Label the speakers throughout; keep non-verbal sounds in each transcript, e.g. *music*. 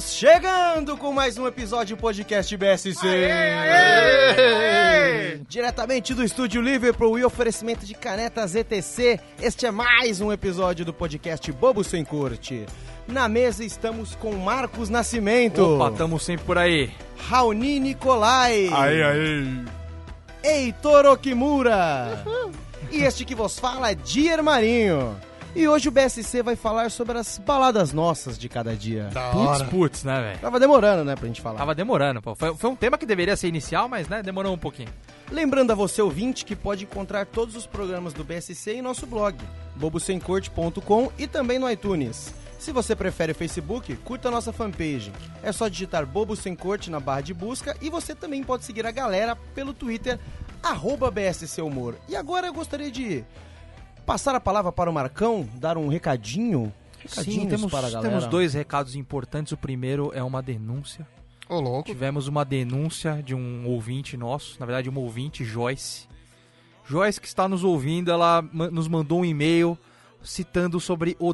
Speaker 1: chegando com mais um episódio do podcast BSC. Diretamente do estúdio Liverpool e oferecimento de canetas ETC, este é mais um episódio do podcast Bobo Sem Corte. Na mesa estamos com Marcos Nascimento,
Speaker 2: Opa, tamo sempre por aí.
Speaker 1: Raoni Nicolai,
Speaker 2: aí.
Speaker 1: Heitor Okimura. E este que vos fala é Dier Marinho. E hoje o BSC vai falar sobre as baladas nossas de cada dia.
Speaker 2: Putz, putz, né, velho?
Speaker 1: Tava demorando, né, pra gente falar.
Speaker 2: Tava demorando, pô. Foi, foi um tema que deveria ser inicial, mas, né, demorou um pouquinho.
Speaker 1: Lembrando a você, ouvinte, que pode encontrar todos os programas do BSC em nosso blog, bobosemcorte.com e também no iTunes. Se você prefere o Facebook, curta a nossa fanpage. É só digitar Bobo Sem Corte na barra de busca e você também pode seguir a galera pelo Twitter, arroba BSC Humor. E agora eu gostaria de passar a palavra para o Marcão, dar um recadinho. Recadinhos
Speaker 2: Sim, temos,
Speaker 1: para a galera.
Speaker 2: temos dois recados importantes. O primeiro é uma denúncia.
Speaker 3: Ô, louco.
Speaker 2: Tivemos uma denúncia de um ouvinte nosso, na verdade, uma ouvinte, Joyce. Joyce, que está nos ouvindo, ela ma- nos mandou um e-mail citando sobre o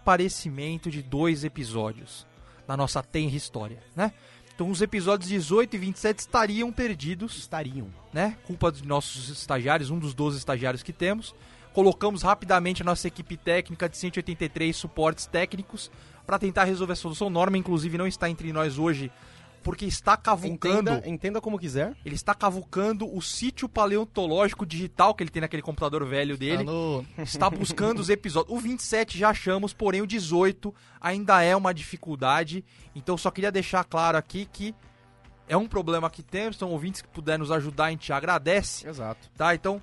Speaker 2: desaparecimento de dois episódios da nossa Tenra História, né? Então, os episódios 18 e 27 estariam perdidos.
Speaker 1: Estariam.
Speaker 2: né? Culpa dos nossos estagiários, um dos 12 estagiários que temos. Colocamos rapidamente a nossa equipe técnica de 183 suportes técnicos para tentar resolver a solução. Norma, inclusive, não está entre nós hoje porque está cavucando.
Speaker 1: Entenda, entenda como quiser.
Speaker 2: Ele está cavucando o sítio paleontológico digital que ele tem naquele computador velho dele.
Speaker 3: no...
Speaker 2: Está buscando os episódios. O 27 já achamos, porém o 18 ainda é uma dificuldade. Então só queria deixar claro aqui que é um problema que temos. Então, ouvintes que puder nos ajudar, a gente agradece.
Speaker 1: Exato.
Speaker 2: Tá, então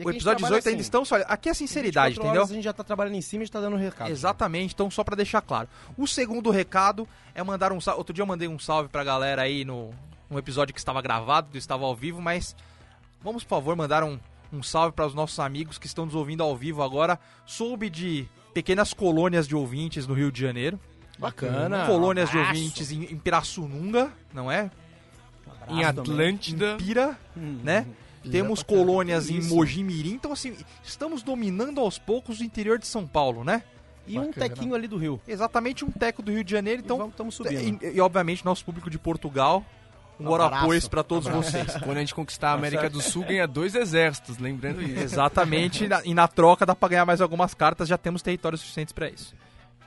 Speaker 2: o episódio 18 ainda estamos. olha, Aqui é sinceridade, entendeu?
Speaker 1: assim. a gente já tá trabalhando em cima e a gente tá dando recado.
Speaker 2: Exatamente, então só pra deixar claro. O segundo recado é mandar um salve. Outro dia eu mandei um salve pra galera aí no um episódio que estava gravado, que estava ao vivo, mas vamos, por favor, mandar um, um salve para os nossos amigos que estão nos ouvindo ao vivo agora. Soube de pequenas colônias de ouvintes no Rio de Janeiro.
Speaker 1: Bacana.
Speaker 2: colônias de
Speaker 1: Abraço.
Speaker 2: ouvintes em, em Pirassununga, não é? *laughs*
Speaker 3: Em Atlântida.
Speaker 2: Pira,
Speaker 1: Hum.
Speaker 2: né? Temos
Speaker 1: pra caramba,
Speaker 2: colônias
Speaker 1: que
Speaker 2: em
Speaker 1: isso.
Speaker 2: Mojimirim, então assim, estamos dominando aos poucos o interior de São Paulo, né?
Speaker 1: E um
Speaker 3: Bacana.
Speaker 1: tequinho ali do Rio.
Speaker 2: Exatamente um teco do Rio de Janeiro, então
Speaker 1: Então, estamos subindo.
Speaker 2: e, e, obviamente nosso público de Portugal, um
Speaker 1: Abraço.
Speaker 2: orapois pra todos vocês.
Speaker 4: Quando a gente conquistar a América do Sul, ganha dois exércitos, lembrando isso.
Speaker 2: Exatamente, e na, e na troca dá pra ganhar mais algumas cartas, já temos territórios suficientes pra isso.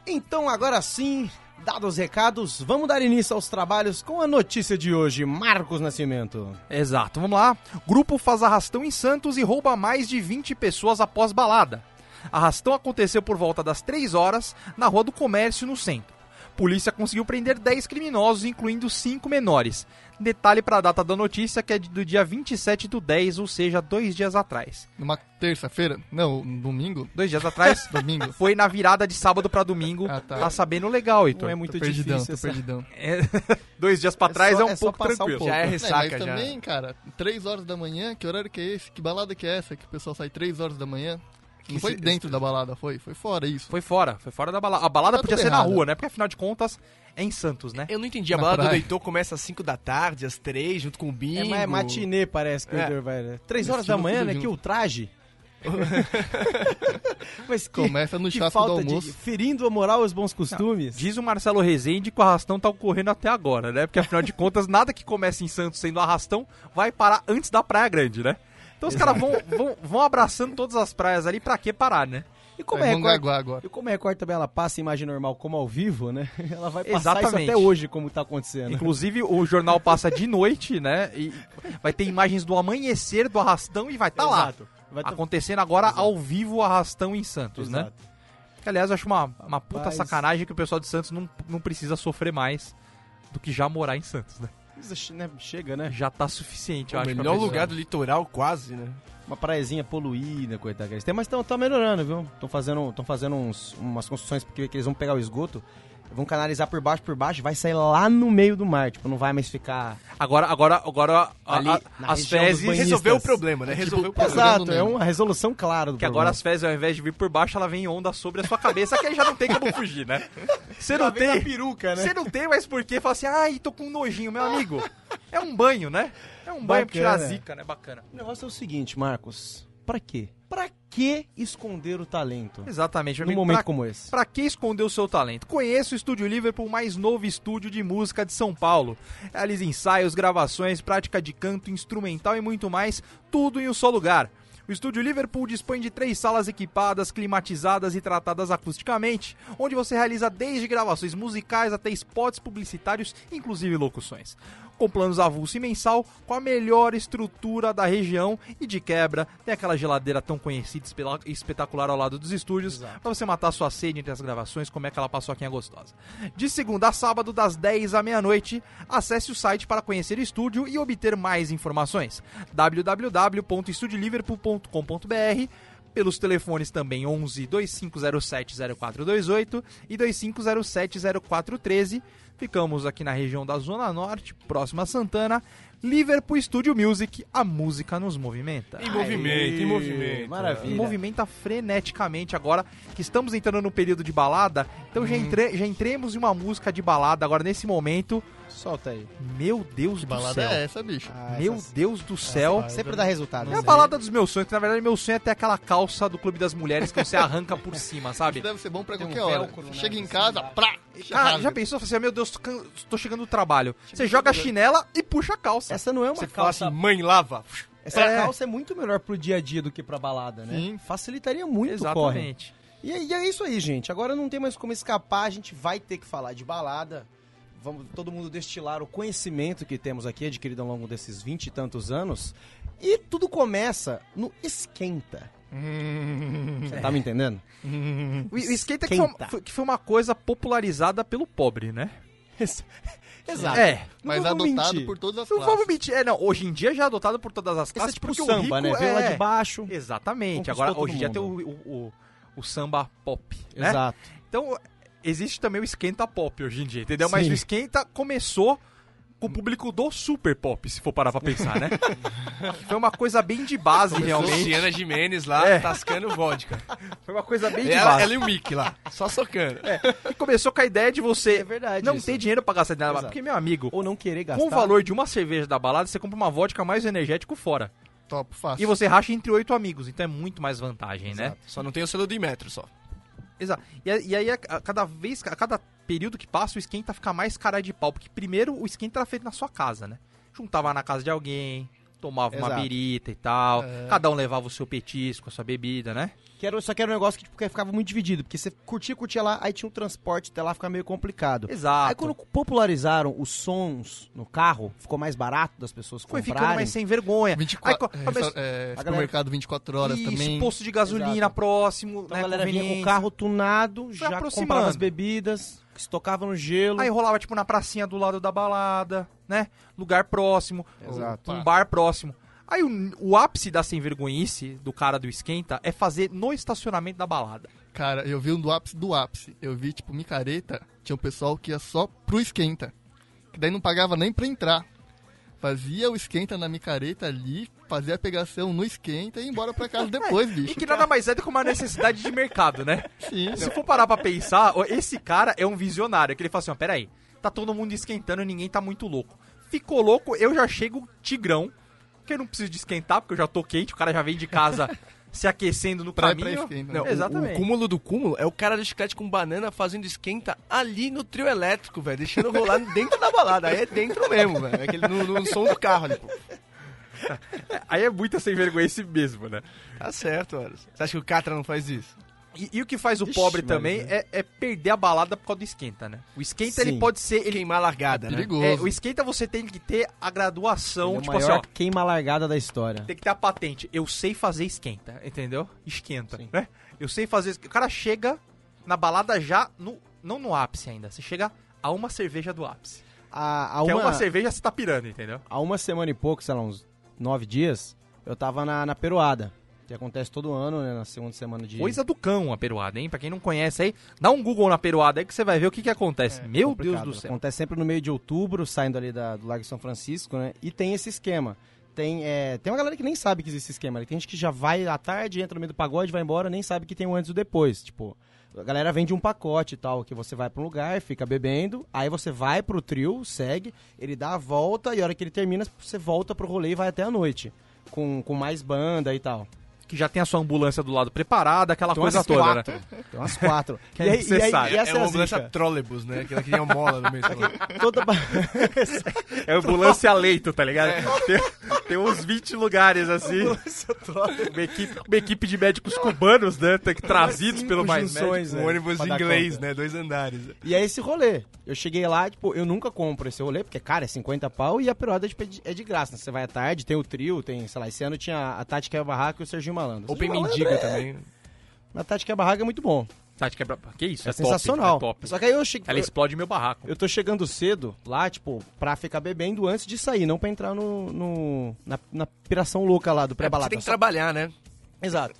Speaker 1: Então, agora sim, dados os recados, vamos dar início aos trabalhos com a notícia de hoje, Marcos Nascimento.
Speaker 2: Exato, vamos lá. Grupo faz arrastão em Santos e rouba mais de 20 pessoas após balada. Arrastão aconteceu por volta das 3 horas na Rua do Comércio, no centro. Polícia conseguiu prender 10 criminosos, incluindo 5 menores. Detalhe para a data da notícia, que é de- do dia 27 do 10, ou seja, dois dias atrás.
Speaker 3: Numa terça-feira? Não, um domingo?
Speaker 2: Dois
Speaker 1: *laughs*
Speaker 2: dias atrás,
Speaker 3: Domingo.
Speaker 2: foi na virada de sábado para domingo.
Speaker 3: Ah,
Speaker 2: tá.
Speaker 3: tá.
Speaker 2: sabendo legal, Heitor.
Speaker 1: Não é muito
Speaker 3: tô perdidão,
Speaker 1: difícil
Speaker 3: tô
Speaker 1: essa...
Speaker 3: perdidão.
Speaker 2: *laughs* É, dois dias para trás é,
Speaker 1: só-
Speaker 2: um
Speaker 1: é só
Speaker 2: pouco
Speaker 1: passar um
Speaker 2: tranquilo.
Speaker 4: *laughs*
Speaker 1: pouco.
Speaker 4: Já é
Speaker 3: Não,
Speaker 4: ressaca,
Speaker 3: mas
Speaker 4: já.
Speaker 3: também, cara, 3 horas da manhã, que horário que é esse? Que balada que é essa? Que o pessoal sai 3 horas da manhã? Não foi dentro da balada, foi? Foi fora isso.
Speaker 2: Foi fora, foi fora da balada. A balada
Speaker 3: Tá
Speaker 2: podia
Speaker 3: tudo
Speaker 2: ser na
Speaker 3: errado.
Speaker 2: rua, né? Porque afinal de contas é em Santos, né?
Speaker 4: Eu não entendi, a
Speaker 3: Na
Speaker 4: balada do
Speaker 3: praia.
Speaker 4: Heitor começa às 5 da tarde, às 3, junto com o Bingo.
Speaker 1: É, ma- é matinê, parece que o
Speaker 4: É.
Speaker 1: Heitor vai. né? Três horas da
Speaker 3: Vestindo
Speaker 1: manhã,
Speaker 3: tudo
Speaker 1: né?
Speaker 3: junto.
Speaker 1: Que ultraje.
Speaker 3: *laughs*
Speaker 1: Mas que,
Speaker 3: Começa no
Speaker 1: que
Speaker 3: chato do
Speaker 1: falta de.
Speaker 3: almoço.
Speaker 1: Ferindo a moral e os bons costumes.
Speaker 2: Diz o Marcelo Rezende que o arrastão tá ocorrendo até agora, né? Porque afinal de contas, nada que começa em Santos sendo arrastão vai parar antes da Praia Grande, né? Então os caras vão, vão, vão abraçando todas as praias ali, pra que parar, né?
Speaker 1: E como
Speaker 3: Como
Speaker 1: é,
Speaker 3: é
Speaker 1: Record?
Speaker 3: Mongaguá agora.
Speaker 1: E como a Record também ela passa imagem normal como ao vivo, né? *laughs* Ela vai passar
Speaker 2: Exatamente.
Speaker 1: isso até hoje, como tá
Speaker 3: É, né?
Speaker 1: acontecendo.
Speaker 2: Inclusive, o jornal passa de noite, né? E vai ter imagens do amanhecer do arrastão e vai estar lá.
Speaker 1: Exato. Vai tá-
Speaker 2: Acontecendo agora ao vivo o arrastão em Santos, né?
Speaker 1: Exato.
Speaker 2: Que, aliás, eu acho uma, uma puta
Speaker 1: Rapaz.
Speaker 2: sacanagem que o pessoal de Santos não, não precisa sofrer mais do que já morar em Santos, né?
Speaker 1: Precisa che- né? Chega, né?
Speaker 2: Já tá suficiente, eu
Speaker 4: O
Speaker 2: acho. pra
Speaker 4: melhor
Speaker 2: pessoa.
Speaker 4: lugar do litoral, quase, né?
Speaker 1: Uma praiazinha poluída, coitada que eles têm, mas estão melhorando, viu? Estão fazendo, tão fazendo uns- umas construções porque que eles vão pegar o esgoto, vão canalizar por baixo, por baixo, vai sair lá no meio do mar, tipo, não vai mais ficar...
Speaker 2: Agora, agora, agora a-
Speaker 1: Ali,
Speaker 2: a-
Speaker 1: na
Speaker 2: as
Speaker 1: região dos
Speaker 2: fezes.
Speaker 1: banhistas.
Speaker 4: Resolveu o problema, né? Resolveu o problema.
Speaker 1: Exato, é uma resolução clara do
Speaker 2: Que agora as fezes, ao invés de vir por baixo, ela vem em onda sobre a sua cabeça, que aí já não tem como fugir, né? Você não tem.
Speaker 1: peruca,
Speaker 2: Você não tem mais porquê falar assim, ai, tô com nojinho, meu amigo. É um banho, né? É um banho pra tirar a
Speaker 1: Bacana.
Speaker 2: zica, né? Bacana.
Speaker 1: O negócio é o seguinte, Marcos, pra quê? Pra que esconder o talento
Speaker 2: Exatamente, meu
Speaker 1: num
Speaker 2: amigo.
Speaker 1: momento
Speaker 2: pra,
Speaker 1: como esse?
Speaker 2: pra que esconder o seu talento? Conheça o Estúdio Liverpool, mais novo estúdio de música de São Paulo. Realiza ensaios, gravações, prática de canto, instrumental e muito mais, tudo em um só lugar. O Estúdio Liverpool dispõe de três salas equipadas, climatizadas e tratadas acusticamente, onde você realiza desde gravações musicais até spots publicitários, inclusive locuções. Com planos avulso e mensal, com a melhor estrutura da região e de quebra, tem aquela geladeira tão conhecida e espela- espetacular ao lado dos estúdios, pra você matar sua sede entre as gravações, comer aquela paçoquinha gostosa. De segunda a sábado, das 10 à meia-noite, acesse o site para conhecer o estúdio e obter mais informações. www.estudioliverpool.com.br pelos telefones também 11 2507 0428 e 2507 0413. Ficamos aqui na região da Zona Norte, próxima a Santana. Liverpool Studio Music, a música nos movimenta.
Speaker 4: Em movimento, em movimento.
Speaker 1: maravilha.
Speaker 2: Movimenta freneticamente agora que estamos entrando no período de balada. Então
Speaker 3: Hum.
Speaker 2: já, entre, já entremos em uma música de balada agora nesse momento.
Speaker 1: Solta aí.
Speaker 2: Meu Deus
Speaker 3: Que
Speaker 2: do
Speaker 3: balada
Speaker 2: céu.
Speaker 3: é essa, bicho?
Speaker 1: Ah,
Speaker 2: Meu
Speaker 1: essas-
Speaker 2: Deus do céu.
Speaker 1: Sempre dá resultado.
Speaker 2: É a balada dos meus sonhos, que na verdade meu sonho é ter aquela calça do Clube das Mulheres que você arranca por cima, *laughs* sabe?
Speaker 3: Deve ser bom pra
Speaker 1: Tem um
Speaker 3: qualquer hora.
Speaker 1: velcro, né,
Speaker 3: Você chega em
Speaker 1: assim,
Speaker 3: casa, prá!
Speaker 2: Cara,
Speaker 3: rasga.
Speaker 2: já pensou assim, meu Deus, tô can- tô chegando do trabalho. Você joga a chinela e puxa a calça.
Speaker 1: Essa não é uma
Speaker 4: Você fala
Speaker 1: calça.
Speaker 4: assim, mãe, lava.
Speaker 1: Essa
Speaker 2: É.
Speaker 1: calça é muito melhor pro dia a dia do que pra balada, né?
Speaker 3: Sim.
Speaker 1: Facilitaria muito o corre.
Speaker 2: Exatamente.
Speaker 1: E, é- e é isso aí, gente. Agora não tem mais como escapar, a gente vai ter que falar de balada. Vamos todo mundo destilar o conhecimento que temos aqui adquirido ao longo desses vinte e tantos anos. E tudo começa no esquenta. Você tá me entendendo?
Speaker 2: O, o skate é que foi, uma-
Speaker 1: Esquenta.
Speaker 2: foi- que foi uma coisa popularizada pelo pobre, né?
Speaker 1: Exato.
Speaker 2: É.
Speaker 1: Não
Speaker 3: Mas
Speaker 1: vamos
Speaker 3: adotado
Speaker 1: mentir.
Speaker 3: por todas as
Speaker 2: Não vamos
Speaker 3: classes.
Speaker 2: mentir. É, não, hoje em dia já é adotado por todas as
Speaker 1: Esse é
Speaker 2: classes,
Speaker 1: tipo
Speaker 2: porque
Speaker 1: samba,
Speaker 2: o rico
Speaker 1: né? Veio
Speaker 2: é...
Speaker 1: lá de baixo.
Speaker 2: Exatamente.
Speaker 1: Conquistou
Speaker 2: Agora,
Speaker 1: todo
Speaker 2: hoje em dia tem o,
Speaker 1: mundo.
Speaker 2: o- o- o samba pop, né?
Speaker 1: Exato.
Speaker 2: Então, existe também o esquenta pop hoje em dia, entendeu? Mas
Speaker 1: Sim.
Speaker 2: o esquenta começou com o público do super pop, se for parar pra pensar,
Speaker 1: *laughs*
Speaker 2: né? Foi uma coisa bem de base, realmente.
Speaker 4: Luciana Jimenez lá,
Speaker 2: É.
Speaker 4: tascando vodka.
Speaker 2: Foi uma coisa
Speaker 1: É,
Speaker 2: bem de
Speaker 4: Ela,
Speaker 2: base.
Speaker 4: ela e o Mickey lá, só socando.
Speaker 2: E começou com a ideia de você
Speaker 1: É verdade
Speaker 2: não
Speaker 1: isso.
Speaker 2: ter dinheiro pra gastar nada.
Speaker 1: Exato.
Speaker 2: Porque, meu amigo,
Speaker 1: Ou não querer gastar.
Speaker 2: com o valor de uma cerveja da balada, você compra uma vodka mais energético fora.
Speaker 3: Top, fácil.
Speaker 2: E você racha entre oito amigos, então é muito mais vantagem, né?
Speaker 4: Só não tem o selo do metro só.
Speaker 2: Exato. E, a- e aí, a, a cada vez, a cada período que passa, o esquenta fica mais cara de pau. Porque primeiro o esquenta era feito na sua casa, né? Juntava na casa de alguém, tomava uma
Speaker 1: Exato.
Speaker 2: birita e tal.
Speaker 3: É.
Speaker 2: Cada um levava o seu petisco, a sua bebida, né?
Speaker 1: Que era, só que era um negócio que tipo, que ficava muito dividido, porque você curtia, curtia lá, aí tinha um transporte até lá, ficava meio complicado.
Speaker 2: Exato.
Speaker 1: Aí quando popularizaram os sons no carro, ficou mais barato das pessoas
Speaker 2: Foi
Speaker 1: comprarem.
Speaker 2: ficando mais sem vergonha. Aí,
Speaker 3: 24,
Speaker 2: co-
Speaker 3: é,
Speaker 2: começou-
Speaker 3: só-
Speaker 1: a
Speaker 3: é,
Speaker 1: galera-
Speaker 3: supermercado 24 horas
Speaker 2: Isso,
Speaker 3: também.
Speaker 2: posto de gasolina
Speaker 1: Exato.
Speaker 2: próximo,
Speaker 1: Então
Speaker 2: né?
Speaker 1: a galera vinha com o
Speaker 2: conveniência.
Speaker 1: carro tunado, já
Speaker 2: aproximando.
Speaker 1: comprava as bebidas, estocava no gelo.
Speaker 2: Aí rolava, tipo, na pracinha do lado da balada, né? Lugar próximo.
Speaker 1: Exato.
Speaker 2: Um bar próximo. Aí o, o ápice da sem vergonhice do cara do esquenta é fazer no estacionamento da balada.
Speaker 3: Cara, eu vi um do ápice do ápice. Eu vi, tipo, micareta. Tinha um pessoal que ia só pro esquenta. Que daí não pagava nem pra entrar. Fazia o esquenta na micareta ali, fazia a pegação no esquenta e ia embora pra casa
Speaker 2: *laughs*
Speaker 3: depois,
Speaker 2: E
Speaker 3: bicho.
Speaker 2: que nada mais é do que uma necessidade de mercado, né? *laughs*
Speaker 3: Sim.
Speaker 2: Se for parar pra pensar, ó, esse cara é um visionário. Que ele fala assim, ó, peraí, tá todo mundo esquentando, ninguém tá muito louco. Ficou louco, eu já chego tigrão, que eu não preciso de esquentar, porque eu já tô quente, o cara já vem de
Speaker 3: *laughs*
Speaker 2: casa se aquecendo no
Speaker 3: Pra ir pra
Speaker 2: caminho.
Speaker 3: esquenta, né?
Speaker 2: Não,
Speaker 4: o- O,
Speaker 2: Exatamente.
Speaker 4: cúmulo do cúmulo é o cara do chiclete com banana fazendo esquenta ali no trio elétrico, velho. Deixando rolar dentro da balada. Aí é dentro mesmo, velho. É Aquele no, no som do carro ali, pô.
Speaker 2: Aí é muita sem vergonha esse mesmo, né?
Speaker 4: Tá certo, velho. Você acha que o Catra não faz isso?
Speaker 2: E, e o que faz o
Speaker 1: Ixi,
Speaker 2: pobre
Speaker 1: mas,
Speaker 2: também é, é perder a balada por causa do esquenta, né? O esquenta, ele
Speaker 1: Sim.
Speaker 2: pode ser... Ele,
Speaker 4: Queimar a largada, né?
Speaker 3: Perigoso.
Speaker 2: é, o esquenta você tem que ter a graduação,
Speaker 1: Ele é o
Speaker 2: tipo assim,
Speaker 1: maior
Speaker 2: ó,
Speaker 1: queima largada da história.
Speaker 2: Tem que ter a patente. Eu sei fazer esquenta, entendeu? Esquenta,
Speaker 1: Sim.
Speaker 2: né? Eu sei fazer. esqu- O cara chega na balada já no não no ápice ainda. Você chega a uma cerveja do ápice.
Speaker 1: Há, há
Speaker 2: Que é
Speaker 1: uma,
Speaker 2: uma cerveja você tá pirando, entendeu?
Speaker 1: há uma semana e pouco, sei lá, uns nove dias, eu tava na, na peruada. Que acontece todo ano, né? Na segunda semana de.
Speaker 2: Coisa do cão a peruada, hein? Pra quem não conhece aí, dá um Google na peruada aí que você vai ver o que que acontece. Meu Deus
Speaker 1: É, complicado. né?
Speaker 2: do céu.
Speaker 1: Acontece sempre no meio de outubro, saindo ali da- do Lago São Francisco, né? E tem esse esquema. Tem, é, tem uma galera que nem sabe que existe esse esquema. né? Tem gente que já vai à tarde, entra no meio do pagode, vai embora, nem sabe que tem o antes e o depois. Tipo, a galera vende um pacote e tal, que você vai pra um lugar, fica bebendo, aí você vai pro trio, segue, ele dá a volta e a hora que ele termina, você volta pro rolê e vai até a noite. Com, com mais banda e tal.
Speaker 2: que já tem a sua ambulância do lado preparada, aquela
Speaker 1: Tem
Speaker 2: coisa
Speaker 1: umas
Speaker 2: toda, né?
Speaker 1: quatro. Tem umas quatro.
Speaker 2: *laughs* Que é necessário.
Speaker 1: e essa
Speaker 4: é
Speaker 1: é
Speaker 4: uma
Speaker 1: a
Speaker 4: ambulância
Speaker 1: zica.
Speaker 4: trolebus, né? Aquela que tem a mola no
Speaker 1: *laughs*
Speaker 4: meio. sei lá.
Speaker 1: Toda ba-
Speaker 2: *laughs*
Speaker 1: *laughs*
Speaker 2: É ambulância a leito, tá ligado? Tem, tem uns 20 lugares assim. Uma equipe, uma equipe de médicos cubanos, né? tá- que Trazidos
Speaker 1: cinco *laughs*
Speaker 2: pelo mais médico.
Speaker 1: junções,
Speaker 4: Um
Speaker 1: né,
Speaker 4: ônibus
Speaker 1: pra dar
Speaker 4: inglês,
Speaker 1: conta.
Speaker 4: né? Dois andares.
Speaker 1: E é esse rolê. Eu cheguei lá, tipo, eu nunca compro esse rolê, porque, cara, é 50 pau e a piroda tipo, é de- é de graça. né? Você vai à tarde, tem o trio, tem, sei lá, esse ano tinha a Tati Quebra Barraca e o Serginho Malandro.
Speaker 4: Open
Speaker 1: Serginho Malandro
Speaker 4: Mendiga
Speaker 1: é-
Speaker 4: também.
Speaker 1: A Tati Quebra Barraca é muito bom.
Speaker 2: Tá, de quebra... Que isso?
Speaker 1: É,
Speaker 2: É, top,
Speaker 1: sensacional.
Speaker 2: é top.
Speaker 1: Só que aí eu cheguei.
Speaker 2: Ela explode meu barraco.
Speaker 1: Eu tô chegando cedo lá, tipo, pra ficar bebendo antes de sair, não pra entrar no, no- na, na piração louca lá do
Speaker 4: É,
Speaker 1: pré-balada.
Speaker 4: você tem que
Speaker 1: Só-
Speaker 4: trabalhar, né?
Speaker 2: *laughs*
Speaker 1: Exato.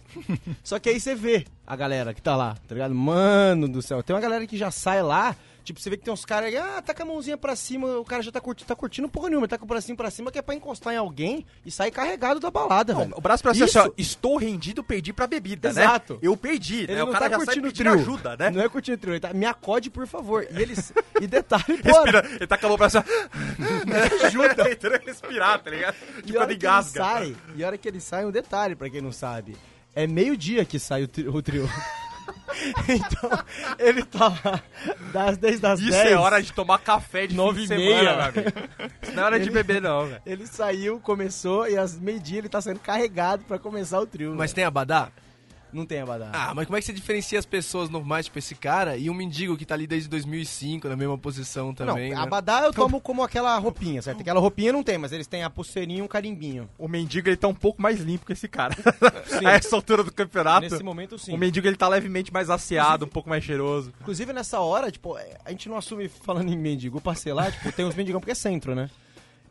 Speaker 1: Só que aí você vê a galera que tá lá, tá ligado? Mano do céu, tem uma galera que já sai lá, tipo, você vê que tem uns caras, ah, tá com a mãozinha pra cima, o cara já tá curtindo, tá curtindo porra nenhuma, ele tá com o bracinho pra cima que é pra encostar em alguém e sair carregado da balada, velho.
Speaker 2: Não, o braço pra cima,
Speaker 1: Isso.
Speaker 2: assim, ó, estou rendido, perdi pra bebida, né?
Speaker 1: Exato.
Speaker 2: Eu perdi, né?
Speaker 1: Ele
Speaker 2: O
Speaker 1: não
Speaker 2: cara
Speaker 1: tá
Speaker 2: já sai
Speaker 1: curtindo o
Speaker 2: pedindo
Speaker 1: trio.
Speaker 2: ajuda, né?
Speaker 1: Não é curtindo o trio, ele tá, me acode, por favor. E eles, e detalhe, pô,
Speaker 2: Respira, ele tá com a mão
Speaker 1: *laughs*
Speaker 2: pra cima. Ajuda. *laughs* Tentando respirar, tá ligado?
Speaker 1: E a
Speaker 2: Tipo, ele
Speaker 1: hora que ele
Speaker 2: engasga.
Speaker 1: sai, e a hora que ele sai, um detalhe pra quem não sabe. É meio-dia que sai o, tri- o trio. *laughs* então, ele tá lá das 10 das
Speaker 2: Isso
Speaker 1: 10.
Speaker 2: é hora de tomar café de
Speaker 1: Nove
Speaker 2: fim de
Speaker 1: e
Speaker 2: semana,
Speaker 1: meia.
Speaker 2: meu amigo. Isso não é hora de beber, não, velho.
Speaker 1: Ele saiu, começou e às meio-dia ele tá sendo carregado pra começar o trio.
Speaker 4: Mas
Speaker 1: velho.
Speaker 4: tem abadá?
Speaker 1: não tem abadá.
Speaker 4: Ah, mas como é que você diferencia as pessoas normais, tipo esse cara, e um mendigo que tá ali desde 2005, na mesma posição
Speaker 1: não,
Speaker 4: também, né?
Speaker 1: abadá eu tomo como aquela roupinha, certo? Aquela roupinha não tem, mas eles têm a pulseirinha e um carimbinho.
Speaker 2: O mendigo ele tá um pouco mais limpo que esse
Speaker 1: *laughs*
Speaker 2: cara. A essa altura do
Speaker 4: Ah,
Speaker 2: campeonato.
Speaker 1: Nesse momento, sim.
Speaker 2: O mendigo ele tá levemente mais asseado, um pouco mais cheiroso.
Speaker 1: Inclusive, nessa hora, tipo, é, a gente não assume falando em mendigo. O parcelar, tipo, tem uns mendigão porque é centro, né?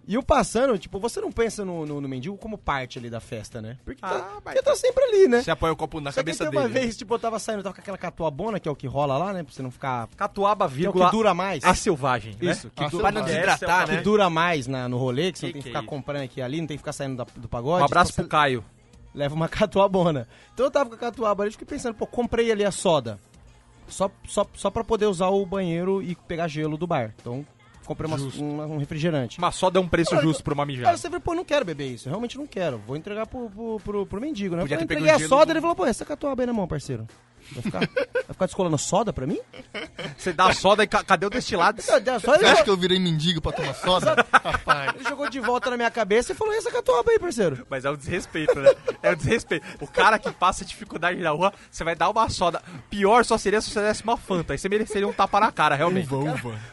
Speaker 1: E o passando, tipo, você não pensa no, no, no mendigo como parte ali da festa, né? Porque,
Speaker 2: Ah,
Speaker 1: tá,
Speaker 2: mas-
Speaker 1: porque tá sempre ali, né?
Speaker 4: Você apoia o copo na
Speaker 1: Só que
Speaker 4: cabeça
Speaker 1: tem
Speaker 4: dele.
Speaker 1: uma
Speaker 4: né?
Speaker 1: vez, tipo, eu tava saindo, eu tava com aquela catuabona, que é o que rola lá, né? Pra você não ficar...
Speaker 2: Catuaba,
Speaker 1: Que é o
Speaker 2: vírgula.
Speaker 1: que dura mais.
Speaker 2: A selvagem. né?
Speaker 1: Isso, que,
Speaker 3: Ah,
Speaker 1: du-
Speaker 3: sei
Speaker 4: Pra
Speaker 3: lá.
Speaker 4: não
Speaker 2: Essa
Speaker 4: desidratar,
Speaker 1: que
Speaker 4: né?
Speaker 1: dura mais na, no rolê, que você
Speaker 2: Que
Speaker 1: não tem que
Speaker 2: que
Speaker 1: ficar
Speaker 2: é isso?
Speaker 1: comprando aqui e ali, não tem que ficar saindo da- do pagode.
Speaker 2: Um abraço
Speaker 1: então
Speaker 2: pro Caio.
Speaker 1: você Leva uma *laughs* catuabona. Então eu tava com a catuaba ali, eu fiquei pensando, pô, comprei ali a soda. Só, só, só pra poder usar o banheiro e pegar gelo do bar. Então comprei uma- uma- um refrigerante.
Speaker 2: Mas só dá um preço justo pra uma
Speaker 1: Aí
Speaker 2: mijada.
Speaker 1: você falou, pô, eu não quero beber isso, eu realmente não quero. Vou entregar pro, pro, pro, pro mendigo, né? Eu
Speaker 4: Podia
Speaker 1: falei,
Speaker 4: ter
Speaker 1: entreguei a
Speaker 4: pego o gelo
Speaker 1: soda,
Speaker 4: do-
Speaker 1: ele falou, pô, essa catuaba aí na mão, parceiro. Vai ficar, vai ficar descolando soda pra mim?
Speaker 2: Você dá a soda e ca- cadê o destilado?
Speaker 1: Eu dei a soda,
Speaker 3: Você
Speaker 1: ele,
Speaker 3: acha
Speaker 1: jogou,
Speaker 3: que eu virei mendigo pra tomar soda? Rapaz.
Speaker 1: ele jogou de volta na minha cabeça e falou, e essa catuaba aí, parceiro?
Speaker 2: Mas é um desrespeito, né? É um desrespeito. O cara que passa dificuldade na rua, você vai dar uma soda. Pior só seria se você desse uma fanta. Aí você mereceria um tapa na cara, realmente.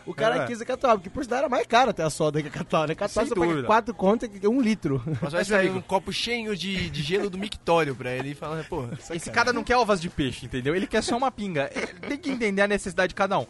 Speaker 1: O cara
Speaker 2: É.
Speaker 1: quis a catuaba, porque por sinal era mais caro até a soda que a catuaba, né? Catuaba
Speaker 2: Sem
Speaker 1: você paga
Speaker 2: dúvida.
Speaker 1: 4 contas e um litro.
Speaker 4: Mas vai sair um copo cheio de, de gelo do mictório pra ele e fala, porra,
Speaker 2: Esse cara não quer ovas de peixe, entendeu? Ele quer só uma pinga. É, Tem que entender a necessidade de cada um.